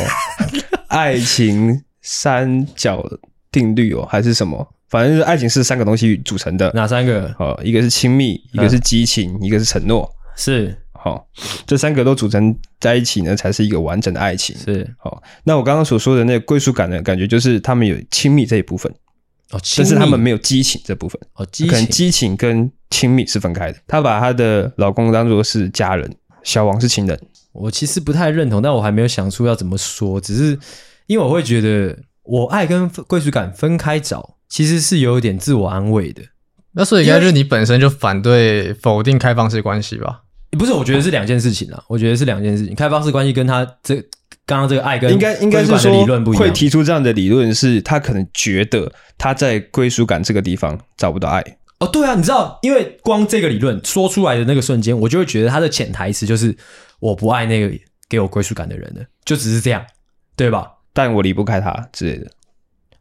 A: 爱情三角定律哦，还是什么，反正就是爱情是三个东西组成的。
B: 哪三个
A: 好，一个是亲密，一个是激情，
B: 嗯
A: 一个是承诺。
B: 是
A: 好，这三个都组成在一起呢，才是一个完整的爱情。
B: 是
A: 好，那我刚刚所说的那个归属感呢，感觉就是他们有亲密这一部分，
B: 哦，
A: 但
B: 亲密
A: 是他们没有激情这部分。
B: 哦激
A: 可能
B: 情
A: 激情跟亲密是分开的。她把她的老公当做是家人，小王是情人。
B: 我其实不太认同，但我还没有想出要怎么说，只是因为我会觉得我爱跟归属感分开找，其实是有一点自我安慰的。
C: 那所以应该就是你本身就反对否定开放式关系吧？
B: 不是，我觉得是两件事情啊，我觉得是两件事情。开放式关系跟他这刚刚这个爱跟
A: 应该应该是
B: 归属感的
A: 说
B: 理论不一
A: 会
B: 样。
A: 提出这样的理论，是她可能觉得她在归属感这个地方找不到爱。
B: 哦，对啊，你知道，因为光这个理论说出来的那个瞬间，我就会觉得他的潜台词就是我不爱那个给我归属感的人了，就只是这样，对吧？
A: 但我离不开他之类的，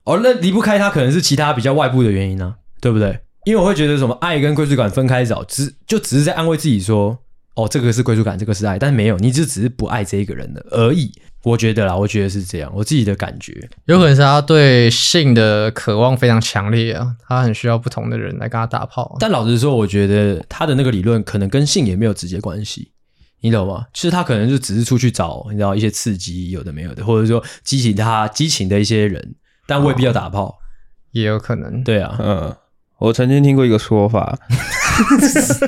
B: 哦，那离不开他可能是其他比较外部的原因呢、对不对？因为我会觉得什么爱跟归属感分开找，只就只是在安慰自己说，哦，这个是归属感，这个是爱，但没有，你就只是不爱这一个人了而已。我觉得啦，我觉得是这样，我自己的感觉。
C: 有可能是他对性的渴望非常强烈啊，他很需要不同的人来跟他打炮啊、
B: 但老实说，我觉得他的那个理论可能跟性也没有直接关系，你懂吗？就是他可能就只是出去找，你知道一些刺激，有的没有的，或者说激起他激情的一些人，但未必要打炮。
C: 也有可能。
B: 对啊，
A: 嗯，我曾经听过一个说法，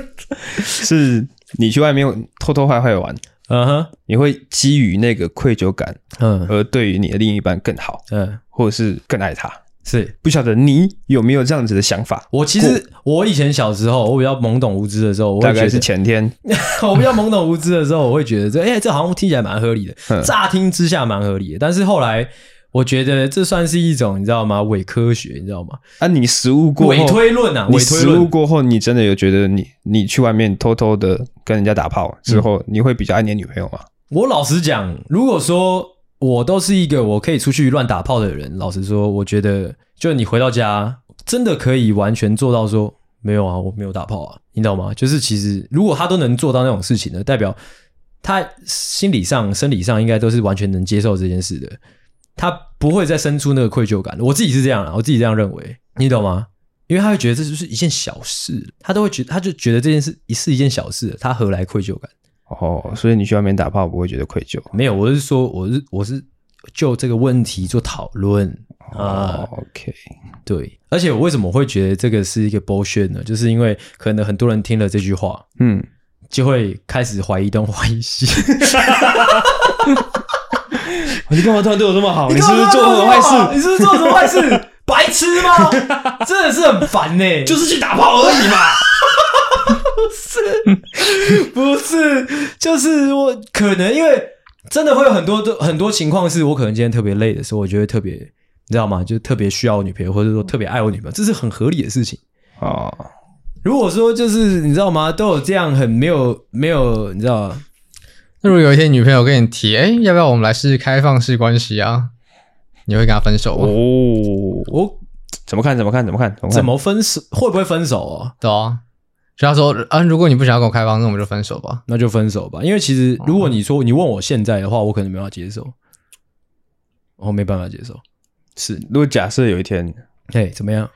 A: 是你去外面偷偷坏坏玩，
B: 嗯哼，
A: 你会基于那个愧疚感
B: 嗯
A: 而对于你的另一半更好，
B: 嗯，
A: 或者是更爱他。
B: 是
A: 不晓得你有没有这样子的想法？
B: 我其实我以前小时候，我比较懵懂无知的时候，我
A: 大
B: 会觉
A: 概是
B: 得，
A: 前天，
B: 我比较懵懂无知的时候，我会觉得这，哎、这好像听起来蛮合理的，
A: 嗯
B: 乍听之下蛮合理的，但是后来。我觉得这算是一种，你知道吗？伪科学，你知道吗？
A: 啊，你实物过
B: 伪
A: 后，
B: 推论啊，
A: 你
B: 伪推
A: 实
B: 论
A: 物。过后，你真的有觉得你你去外面偷偷的跟人家打炮之后，你会比较爱你的女朋友吗？
B: 我老实讲，如果说我都是一个我可以出去乱打炮的人，老实说，我觉得就你回到家，真的可以完全做到说没有啊，我没有打炮啊，你懂吗？就是其实如果他都能做到那种事情呢，代表他心理上、生理上应该都是完全能接受这件事的，他不会再生出那个愧疚感。我自己是这样啊啦，我自己这样认为，你懂吗？因为他会觉得这就是一件小事，他都会觉他就觉得这件事是一件小事，他何来愧疚感？
A: 哦，所以你去外面打炮不会觉得愧疚
B: 没有，我是说，我是我是就这个问题做讨论啊、
A: 哦 OK，
B: 对。而且我为什么会觉得这个是一个剥削呢？就是因为可能很多人听了这句话，
A: 嗯，
B: 就会开始怀疑东怀疑西。
A: 你干嘛突然对我这么好？你是不是
B: 干嘛
A: 做了坏事？
B: 你是不是做了什么坏 事？白痴吗？真的是很烦呢、
A: 就是去打炮而已 嘛。
B: 不是，就是我可能因为真的会有很多的很多情况，是我可能今天特别累的时候，我就会特别，你知道吗？就特别需要我女朋友，或者说特别爱我女朋友，这是很合理的事情。
A: 哦，
B: 如果说就是你知道吗，都有这样很没有没有，你知道吗？
C: 那如果有一天女朋友跟你提，哎、要不要我们来试试开放式关系啊？你会跟她分手吗？
A: 哦，
B: 我
A: 怎么看？怎么看？怎么看？怎么看？
B: 怎么分手？会不会分手哦？
C: 对啊，所以她说，啊，如果你不想要跟我开放，那我们就分手吧。
B: 那就分手吧，因为其实如果你说你问我现在的话，我可能没办法接受，我没办法接受。
A: 是？如果假设有一天
B: 嘿，怎么样？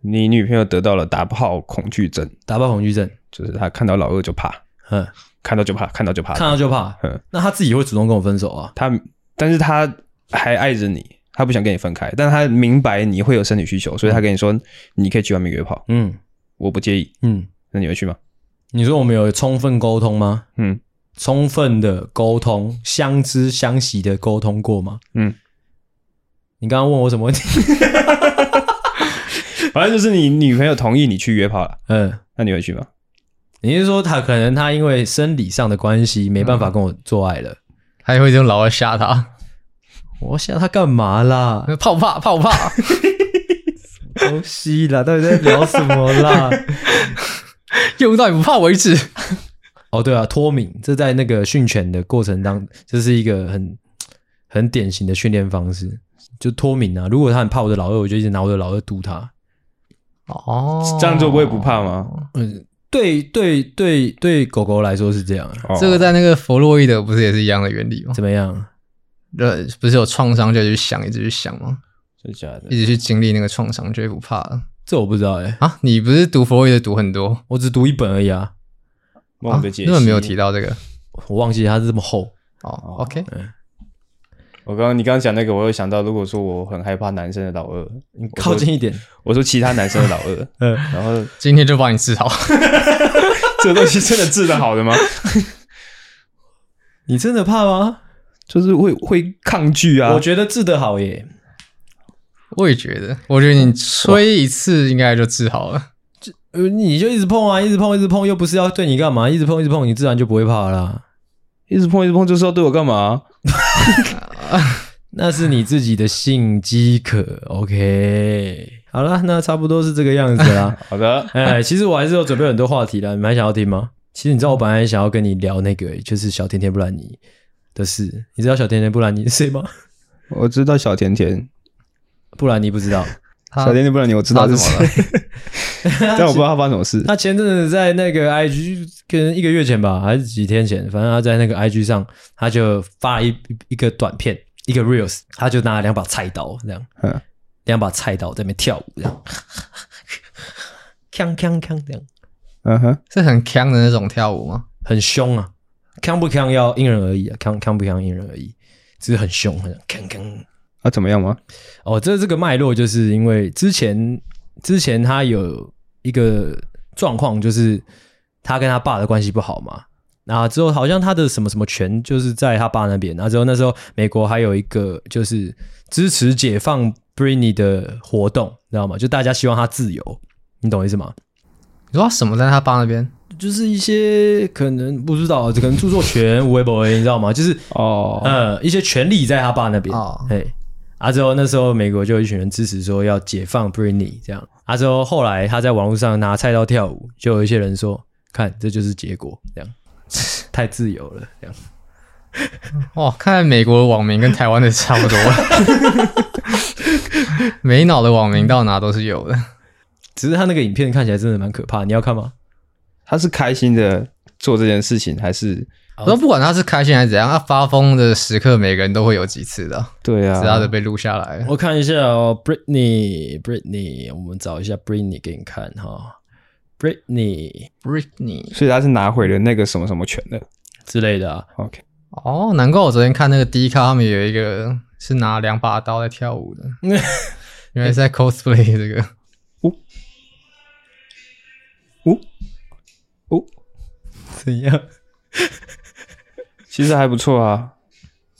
A: 你女朋友得到了打炮恐惧症，
B: 打爆恐惧症，
A: 就是她看到老二就怕，
B: 嗯，
A: 看到就怕，看到就怕。
B: 看到就怕
A: 嗯。
B: 那他自己会主动跟我分手啊？
A: 她，但是她还爱着你，她不想跟你分开，但她明白你会有生理需求，所以她跟你说你可以去外面约炮，
B: 嗯
A: 我不介意。
B: 嗯，
A: 那你会去吗？
B: 你说我们有充分沟通吗？
A: 嗯
B: 充分的沟通，相知相惜的沟通过吗？
A: 嗯，
B: 你刚刚问我什么问题？
A: 反正就是你女朋友同意你去约炮了，
B: 嗯，
A: 那你会去吗？
B: 你是说他可能他因为生理上的关系没办法跟我做爱了？
C: 她也会用老二吓她，
B: 嗯我想他干嘛 啦？
C: 泡怕泡怕。
B: 东西啦，到底在聊什么啦？
C: 用到你不怕为止。
B: 哦，对啊，脱敏，这在那个训犬的过程当，这是一个很很典型的训练方式，就脱敏啊。如果他很怕我的老二，我就一直拿我的老二堵他。
C: 哦
A: 这样做不会不怕吗？
B: 嗯，对对对对，狗狗来说是这样啊。
A: 哦
C: 这个在那个弗洛伊德不是也是一样的原理吗？
B: 怎么样？
C: 呃，不是有创伤就一直去想，一直去想吗？
D: 真假的
C: 一？直去经历那个创伤就会不怕了
B: 这我不知道哎、
C: 啊！你不是读弗洛伊德读很多？
B: 我只读一本而已啊，
D: 梦的解析、
C: 啊根本没有提。到这个
B: 我忘记它是这么厚。
C: 哦。OK，
D: 我刚刚你刚刚讲那个，我又想到，如果说我很害怕男生的老二，
B: 你靠近一点，
A: 我说其他男生的老 二，
B: 嗯
A: 然后
C: 今天就帮你治好。
A: 这个东西真的治得好的吗？
B: 你真的怕吗？
A: 就是会会抗拒啊。
B: 我觉得治得好耶，
C: 我也觉得，我觉得你吹一次应该就治好了。
B: 呃，你就一直碰啊，一直碰，一直碰，又不是要对你干嘛，一直碰，一直碰，你自然就不会怕啦。
A: 一直碰一直碰，就是要对我干嘛、
B: 那是你自己的性饥渴，OK。好了，那差不多是这个样子啦。
D: 好的，
B: 哎，其实我还是有准备很多话题的，你们还想要听吗？其实你知道，我本来想要跟你聊那个，就是小甜甜布兰妮的事。你知道小甜甜布兰妮是谁吗？
A: 我知道小甜甜，
B: 布兰妮不知道，
C: 他
A: 小甜甜不然你我知道是
C: 啊
A: 谁， 但我不知道他发生什么 事。
B: 他前阵子在那个 IG，可能一个月前吧，还是几天前，反正他在那个 IG 上，他就发了一一个短片，一个 reels，他就拿了两把菜刀这样，
A: 嗯
B: 两把菜刀在那边跳舞这样， 锵锵锵这样，
A: 嗯哼，
C: 是很强的那种跳舞吗？
B: 很凶啊，锵不锵要因人而异啊，锵锵不锵因人而异，只是很凶，很锵锵。
A: 啊怎么样吗？
B: 哦，这这个脉络就是因为之前之前他有一个状况，就是他跟他爸的关系不好嘛。那之后好像他的什么什么权就是在他爸那边。那之后那时候美国还有一个就是支持解放 Britney 的活动，你知道吗？就大家希望她自由，你懂我意思吗？
C: 你说他什么在他爸那边？
B: 就是一些可能不知道，可能著作 权、微博，你知道吗？就是
C: 啊
A: 哦，
B: 呃，一些权利在他爸那边。
C: 哦
B: 嘿，啊之后那时候美国就有一群人支持说要解放 Britney 这样，啊之后后来他在网络上拿菜刀跳舞，就有一些人说，看这就是结果，这 样太自由了，这样
C: 哇，看来美国的网民跟台湾的差不多， 没脑的网民到哪都是有的。
B: 只是他那个影片看起来真的蛮可怕，你要看吗？
A: 他是开心的做这件事情，还是
C: 我说不管他是开心还是怎样，他发疯的时刻每个人都会有几次的，
A: 对啊
C: 只要的被录下来。
B: 我看一下哦，Britney，Britney，我们找一下 Britney 给你看哈，Britney
C: Britney，
A: 所以他是拿回了那个什么什么权的。
B: 之类的啊，
A: OK，
C: 哦，难怪我昨天看那个 D 咖，他们有一个是拿两把刀在跳舞 的，原来是在 cosplay 这个。
A: 哦
B: 怎样？
A: 其实还不错啊。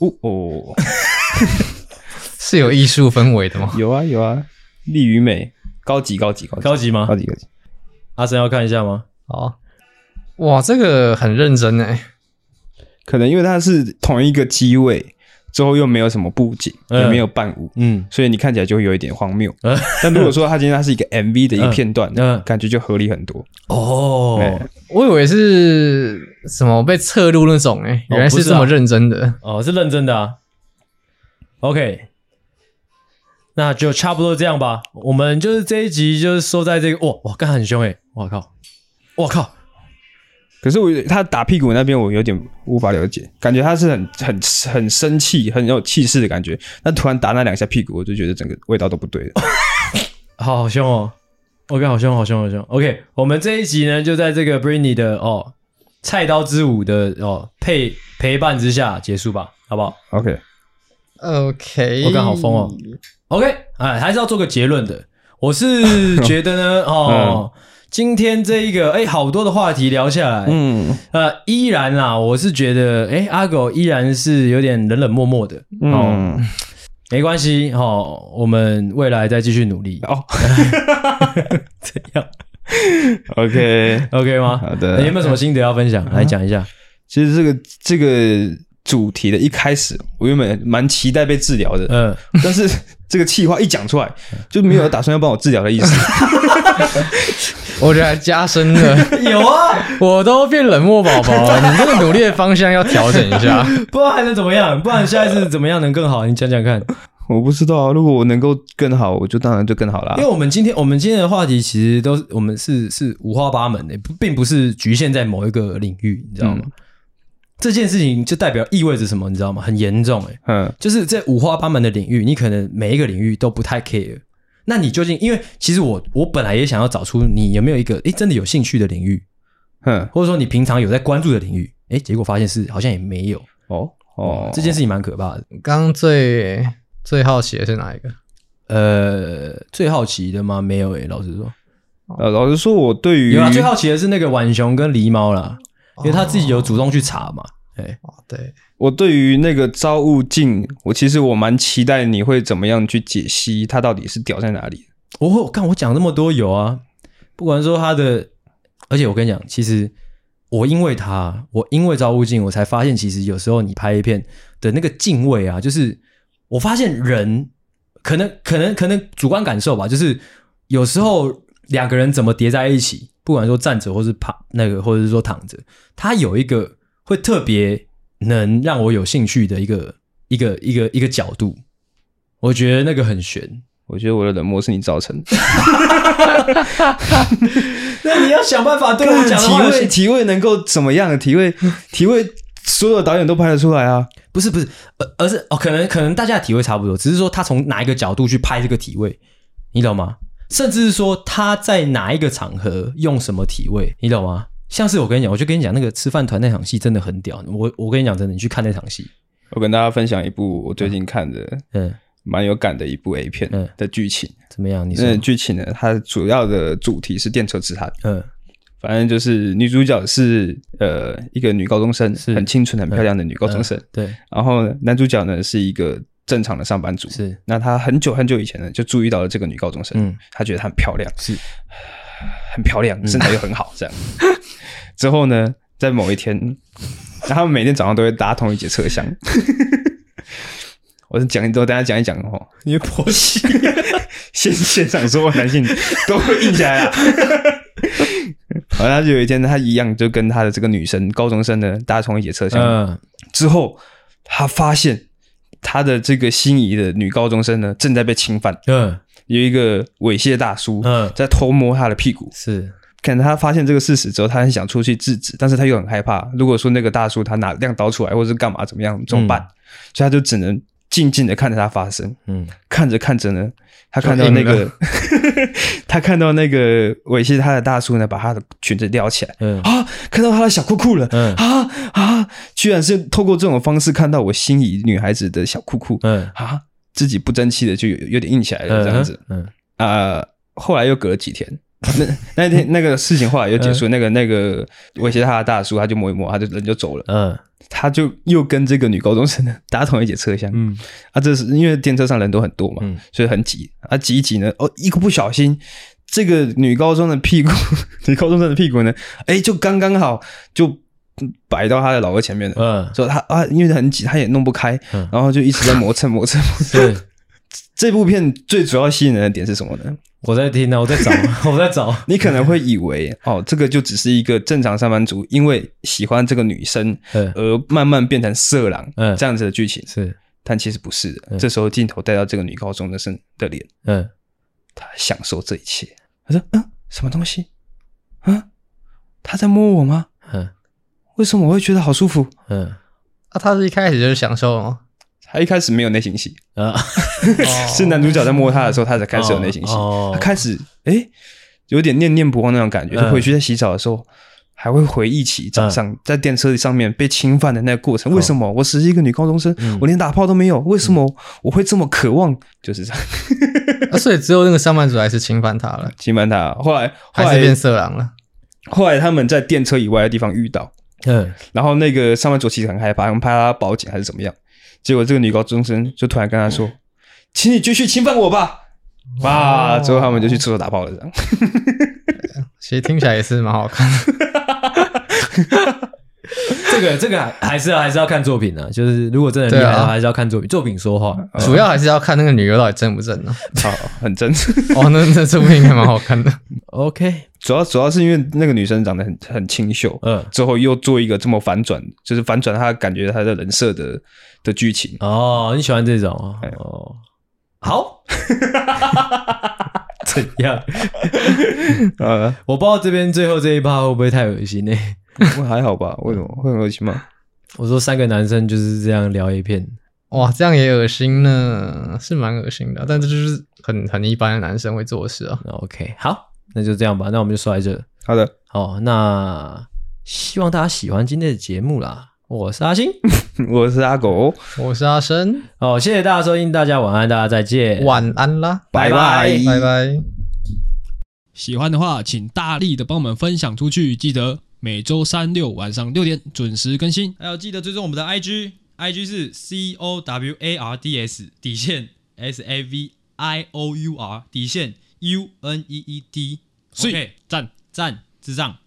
A: 哦哦，
C: 是有艺术氛围的吗？
A: 有啊有啊，利与美，高级高级高级
B: 高级吗
A: 高？级高级。
B: 阿森要看一下吗？
C: 好，哇，这个很认真哎，
A: 可能因为它是同一个机位，之后又没有什么布景，
B: 嗯
A: 也没有伴舞，
B: 嗯，
A: 所以你看起来就会有一点荒谬
B: 嗯。
A: 但如果说它今天它是一个 MV 的一片 段，
B: 嗯嗯
A: 感觉就合理很多。
B: 哦，
A: 哎
C: 我以为是什么被侧录那种哎，原来
B: 不
C: 是
B: 是
C: 这
B: 啊
C: 么认真的。
B: 哦，是认真的啊。OK，那就差不多这样吧。我们就是这一集就是说在这个，哇哇，干很凶哎、我靠，我靠，
A: 可是我他打屁股那边，我有点无法了解，感觉他是很很很生气、很有气势的感觉。但突然打那两下屁股，我就觉得整个味道都不对了。
B: 好好凶哦！我、干好凶，好凶，好凶。OK，我们这一集呢，就在这个 Britney 的哦菜刀之舞的哦配陪伴之下结束吧，好不好
A: OK，
C: OK，
B: 啊我刚好疯哦？OK，哎，还是要做个结论的。我是觉得呢，哦，今天这一个哎，好多的话题聊下来，
A: 嗯
B: 呃，依然啦，我是觉得，哎、阿狗依然是有点冷冷漠漠的，哦
A: 嗯，
B: 没关系，哦，我们未来再继续努力，
A: 哦
B: 怎样
A: ，OK，
B: ？OK 吗？
A: 好的
B: 你有没有什么心得要分享？来讲一 下。
A: 其实这个这个主题的一开始，我原本蛮期待被治疗的，
B: 嗯，
A: 但是这个气话一讲出来，就没有打算要帮我治疗的意 思。
C: 我觉得还加 深了，
B: 有啊，
C: 我都变冷漠宝宝 了。你这个努力的方向要调整一下。
B: 不然还能怎么样？不然下一次怎么样能更好？你讲讲看。
A: 我不知道啊，如果我能够更好，我就当然就更好啦
B: 因为。我们今天我们今天的话题其实都是我们是是五花八门的，不并不是局限在某一个领域，你知道吗？
A: 嗯
B: 这件事情就代表意味着什么，你知道吗？很严重哎、
A: 嗯
B: 就是在五花八门的领域，你可能每一个领域都不太 care。那你究竟，因为其实我我本来也想要找出你有没有一个诶真的有兴趣的领域，
A: 哼，
B: 或者说你平常有在关注的领域，诶，结果发现是好像也没有
A: 哦哦，
B: 这件事情蛮可怕的。
C: 刚刚最最好奇的是哪一个？
B: 呃，最好奇的吗？没有诶、老实说，
A: 呃，老实说，我对于
B: 有啦。最好奇的是那个浣熊跟狸猫啦，因为他自己有主动去查嘛。哎，
C: 哦，对，
A: 我对于那个招物镜，我其实我蛮期待你会怎么样去解析它到底是屌在哪里。
B: 我我看哦我讲那么多有啊，不管说他的，而且我跟你讲，其实我因为他，我因为照物镜，我才发现其实有时候你拍一片的那个敬畏啊，就是我发现人可能可能可能主观感受吧，就是有时候两个人怎么叠在一起，不管说站着或是趴那个，或者是说躺着，他有一个会特别能让我有兴趣的一个一个一个一个角度，我觉得那个很悬。
A: 我觉得我的冷漠是你造成。
B: 那你要想办法对我讲的
A: 体
B: 话有
A: 位
B: 些，
A: 体位能够怎么样？体 位体位，所有导演都拍得出来啊。
B: 不是不是，而而是哦，可能可能大家的体位差不多，只是说他从哪一个角度去拍这个体位，你懂吗？甚至是说他在哪一个场合用什么体位，你懂吗？像是我跟你讲，我就跟你讲那个吃饭团那场戏真的很屌，我我跟你讲真的，你去看那场戏，
A: 我跟大家分享一部我最近看的
B: 嗯，
A: 蛮有感的一部 A 片
B: 嗯
A: 的剧情。
B: 怎么样？你说
A: 那，剧情呢，它主要的主题是电车之憾。
B: 嗯
A: 反正就是女主角是呃一个女高中生，
B: 是嗯
A: 很清纯、很漂亮的女高中生。
B: 对，
A: 然后呢男主角呢是一个正常的上班族，
B: 是，
A: 那他很久很久以前呢，就注意到了这个女高中生，
B: 嗯
A: 他觉得她很漂亮，
B: 是嗯
A: 很漂亮，身材又很好，这样。 之后呢，在某一天， 然后他们每天早上都会搭同一节车厢。 我讲一，我等一下讲一讲哦。
B: 你婆媳，
A: 现现场所有男性都会硬起来啊。 好，他就有一天，他一样就跟他的这个女生高中生呢搭同一节车厢，
B: 嗯，
A: 之后，他发现他的这个心仪的女高中生呢，正在被侵犯，
B: 嗯，
A: 有一个猥亵大叔，
B: 嗯
A: 在偷摸她的屁股。
B: 是，
A: 可能他发现这个事实之后，他很想出去制止，但是他又很害怕，如果说那个大叔他拿亮刀出来，或者是干嘛怎么样，怎么办？所以他就只能静静的看着它发生。
B: 嗯，
A: 看着看着呢，他看到那
C: 就
A: 个
C: 硬，
A: 他看到那个猥亵他的大叔呢，把他的裙子撩起来，
B: 嗯
A: 啊，看到他的小裤裤了，
B: 嗯
A: 啊啊，居然是透过这种方式看到我心仪女孩子的小裤裤，
B: 嗯，
A: 啊，哎自己不争气的就有有点硬起来了，
B: 嗯
A: 这样子，
B: 嗯，
A: 啊、后来又隔了几天，那 天那个事情后来就结束，
B: 嗯
A: 那个那个威胁他的大叔，他就摸一摸，他就人就走了，
B: 嗯
A: 他就又跟这个女高中生搭同一节车厢，
B: 嗯，
A: 啊，这是因为电车上人都很多嘛，
B: 嗯
A: 所以很挤。啊，挤一挤呢，哦，一个不小心，这个女高中的屁股， 女高中生的屁股呢，哎，就刚刚好就摆到她的老二前面了。
B: 嗯，
A: 所以她啊，因为很挤，她也弄不开，
B: 嗯
A: 然后就一直在磨蹭磨蹭。磨蹭
B: 对，
A: 这部片最主要吸引人的点是什么呢？
B: 我在听呢，啊我在找， 我在找，
A: 你可能会以为哦，这个就只是一个正常上班族，因为喜欢这个女生
B: 嗯，
A: 而慢慢变成色狼，
B: 嗯
A: 这样子的剧情，
B: 是，
A: 但其实不是的。这时候镜头带到这个女高中的生的脸，
B: 嗯，
A: 他享受这一切。他说：“嗯，什么东西？嗯，他在摸我吗？
B: 嗯，
A: 为什么我会觉得好舒服
B: 嗯，
C: 啊，他是一开始就是享受吗？？”
A: 他一开始没有内心戏，
B: 啊，
A: 是男主角在摸他的时候，他才开始有内心戏。
B: 哦
A: 他开始哎、诶有点念念不忘那种感觉。
B: 嗯
A: 就回去在洗澡的时候，还会回忆起早上在电车上面被侵犯的那个过程。为什么我只是一个女高中生，我连打炮都没有？为什么我会这么渴望？就是这样，
C: 啊，所以只有那个上班族还是侵犯他了，
A: 侵犯他。后来，后
C: 还是变
A: 来，
C: 色狼了。
A: 后来他们在电车以外的地方遇到。
B: 嗯，
A: 然后那个上班族其实很害怕，他们怕他报警还是怎么样。结果这个女高中生就突然跟他说：“请你继续侵犯我吧！”哇！最后他们就去厕所打炮了，这样。
C: 其实听起来也是蛮好 看的。
B: 这个这个还还是要还是要看作品呢，就是如果真的很厉害的
C: 对
B: 话，
C: 啊
B: 还是要看作品，作品说话。
C: 主要还是要看那个女优到底正不正呢、
A: 好，很真。
C: 哦，那那这部应该蛮好看的。
B: OK，
A: 主要主要是因为那个女生长得很很清秀，
B: 嗯，
A: 之后又做一个这么反转，就是反转她感觉她的人设的的剧情。
B: 哦，你喜欢这种哦
A: 哎
B: 哦，好， 怎样？
A: 呃，
B: 我不知道这边最后这一趴会不会太恶心呢、
A: 我还好吧？为什么会很恶心吗？
B: 我说三个男生就是这样聊 A 片，
C: 哇，这样也恶心呢，是蛮恶心的。但这就是很很一般的男生会做的事啊。
B: 那 OK，好，那就这样吧，那我们就说在这。
A: 好的，
B: 好，那希望大家喜欢今天的节目啦。我是阿星，
A: 我是阿狗，
C: 我是阿生，
B: 哦，谢谢大家收听，大家晚安，大家再见。
C: 晚安啦，
A: 拜
B: 拜
C: 拜拜。
E: 喜欢的话，请大力的帮我们分享出去。记得每周三六晚上六点准时更新。
F: 还有记得追踪我们的 IG，IG 是 C O W A R D S 底线 S A V I O U R 底线 U N E E D，
E: 所以
F: OK，
E: 赞。
F: 赞智障。